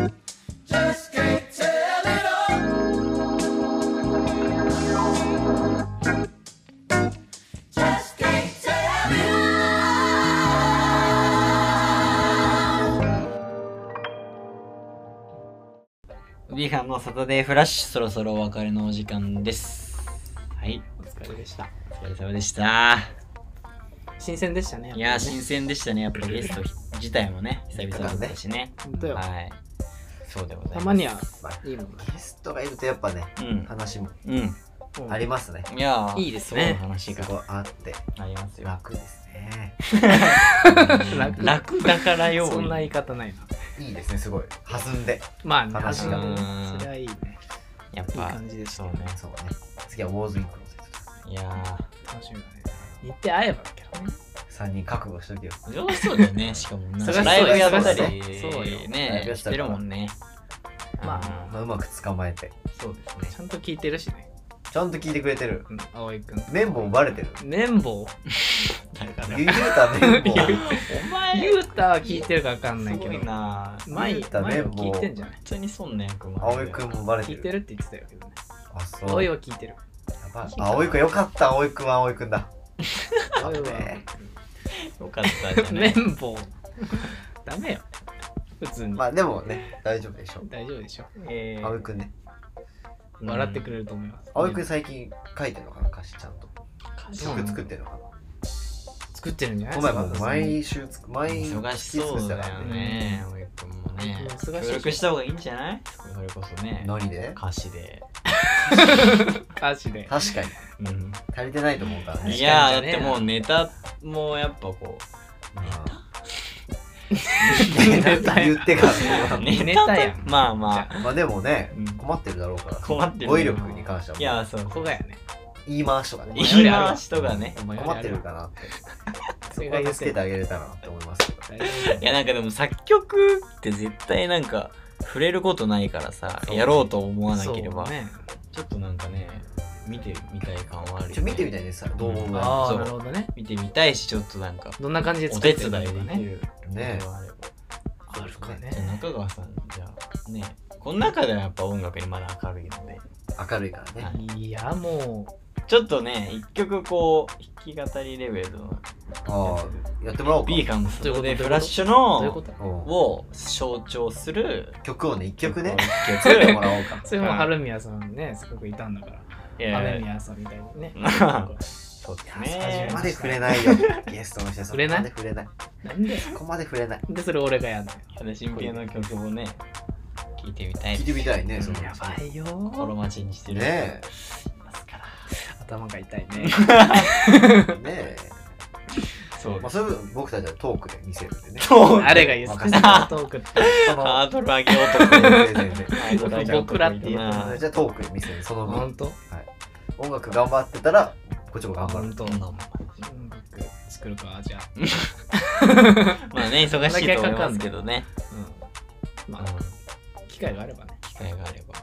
D: ビーハンのサタデーフラッシュそろそろお別れのお時間ですはい
B: お疲れでした
D: お疲れ様でした
B: 新鮮でしたね
D: いやー新鮮でしたねやっぱりゲスト自体もね久々だったしね
B: 本当よ
D: はいそうでございます
B: たまにはいいもんね
C: ゲストがいるとやっぱね
D: うん
C: 話も
D: うん
B: うん
C: ありますね、
D: いやー
B: いいですね
D: そう話
C: す
D: が
C: ごいあって
D: ありますよ
C: 楽ですね
B: *laughs* 楽
D: 楽だからよ
B: そんな言い方ないない
C: いですねすごい弾んで
B: まあね
C: 話
B: 確
C: が
B: かに
D: うん
B: それはいいね
D: やっ
B: いい
D: ぱ
B: 感じです
D: そうね
C: そうね次はウォーズインクの
D: いや
B: 楽しみだね行って会えばだけどね
C: 3人覚悟しとけよ
D: ー上手そうだよねしかもな
B: そりゃそうだ
D: ライブやったり
B: そうだよ
C: ライブ
D: ね
C: やっ
D: したて
C: から
D: るもんね
B: ま
D: あ
C: まあ、うまく捕まえて
B: そうですねちゃんと聞いてるしね
C: ちゃんと聞いてくれてる
B: うん葵くん
C: 綿棒バレてる
B: 綿棒
D: だから
C: ゆうた綿棒
D: お前
B: ゆうたは聞いてるかわかんないけ
D: すご
B: ど
D: いな
B: 前
C: ゆうた
B: 前
C: 綿
B: も
C: 棒
B: 聞いてんじゃない
D: 本当に損な役も
C: 葵くんもバレて
B: 聞い
C: る
B: てるって言ってたよけどね
C: あそう
B: 葵
C: や
B: は聞いてる
C: ばい葵くんよかった葵くんは葵くんだ
B: 葵は
C: ね
D: よかったじゃ
B: *laughs*
D: ない
B: 綿棒ダメよ普通に
C: まあでもね大丈夫でしょ
B: 大丈夫でしょ
D: えー
C: 葵くんね
B: 笑ってくれると思います
C: 葵くん最近書いてるのかな歌詞ちゃんと
B: うん
C: 曲作ってるのか
B: 作ってるんじゃな
C: ないこの
B: そ
C: 前も
B: うそうそう
C: 毎週つく毎月
D: 忙し
C: 作
D: そ
C: っ
D: う
C: てた
D: だ
C: から
D: よ
C: ね
D: ね葵くんもね
B: 忙しい
D: 協
B: でしょ
D: 力した方がいいんじゃないそれこそね
C: 何で
D: 歌詞で
B: 歌詞で
C: 確かに
D: うん
C: 足りてないと思うからね
D: いやーだってもうネタもやっぱこ
C: うん
B: ネタ
C: 言ってから
D: う
C: ね
B: ネタやん
D: まあまあ
C: まあでもね
D: うん
C: 困ってるだろうから
D: 困ってる
C: 語彙力に関してはい
D: やーそう
B: ここがやね
C: 言い回しとかね
D: 言い回しとかね
B: お前より
C: 困
B: あ
C: って
B: わ
C: るかなって
B: そ
C: そ
B: れ
C: こ
B: が言
C: は
B: って
C: 助
B: る
C: けてあげれたらなって思いますけど
B: 大丈夫
D: いやなんかでも作曲って絶対なんか触れることないからさ
C: そう
D: やろうと思わなけれ
B: そ
D: ば
B: うね
D: ちょっとなんかね見てみたい感はある
C: ちょ
D: よね
C: 見てみたいですどう思う
B: あ
D: そ
B: あ
D: う
B: なるほどね
D: 見てみたいしちょっとなんか
B: どんな感じで
D: お
B: 作
D: 手
B: って
D: 伝
B: る
D: い
B: の
D: で
B: か
D: き
B: ね
D: る
C: ね
D: ことがあれば
B: あるかね
D: じゃあ中川さんじゃあねこの中ではやっぱ音楽にまだ明るいので
C: 明るいからね
B: いやも
D: ちょっとね一曲こう弾き語りレベルの
C: ああやってもらおうか
D: ビーカンの
B: ど
D: 外
B: ういう
D: で
B: こと
D: フラッシュ
B: うどういうこ
D: の
B: と
C: うん
D: を象徴する
C: 曲をね一 *laughs* 曲ね
D: 一
C: 作っても
D: 曲
C: らおうか
B: それも春宮さんねすごくいたんだから
D: いや
B: 春宮さんみたいにね
D: そうです
B: いや
D: ね
C: そこまで触れないよ。ゲストの人そこまで触れない。
B: なんで
C: そこまで触れない。
B: でそれ俺がやんのよ
D: 新平の曲をね聴いてみたい
C: 聞いてみたいね、その。
B: やばいよ
D: 心待ちにしてる
C: ね
D: ますから
B: 頭が
C: *laughs*
B: 痛いね
C: え。ね
D: そ
C: え。
D: う
C: まあ、それ僕たちはトークで見せるんでね。
D: そう
B: あれが言ってたトー
C: *laughs*
B: クって
C: その、
D: ハードル上げよ
C: *laughs* 全然全然
D: うとか
B: 僕らっていうの
D: な
C: じゃあトークで見せる。その
B: ほ
C: 分
B: ん、と
C: 音楽頑張ってたら、こっちも頑張
B: ほ
C: る
B: ん。と
D: うん
B: 音楽作るかじゃあ
D: まあね忙しいと思いますけどね
B: うんま
D: うん
B: あ機会があればね
D: 機会があれば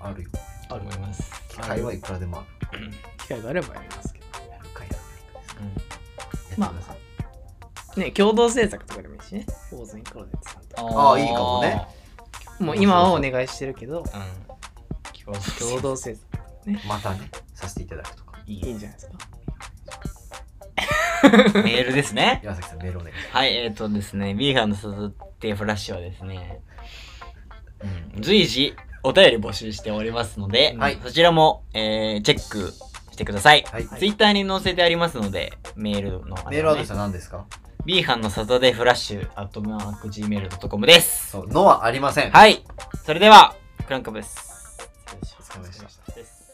C: あるよ。
D: と思います
C: 機会はいくらでもある。
B: 機会があればやりますけど
C: やるかやらないかですか。
D: うん
C: やってください。
B: ね共同制作とかでもいいしね構造にクローゼットさんと
C: あーいいかもね。
B: もう今はお願いしてるけど
D: うん。共
B: 共同生
C: またね、させていただくとか。
B: いいんじゃないですか
D: メールですね。
C: 岩崎さん、メールお願いします。
D: はい、えっ、ー、とですね、ビーガンの鈴ってフラッシュはですね、うん、随時お便り募集しておりますので、
C: はい
D: そちらも、えーチェックしてください。
C: はい。
D: ツイッターに載せてありますので、メールの、ね、
C: メールアドレスは何ですか
D: ビーハンのサタデーフラッシュ、アットマーク Gmail.com です。
C: そう、のはありません。
D: はい、それでは、クランクアップです。
C: お疲れ様でした
D: です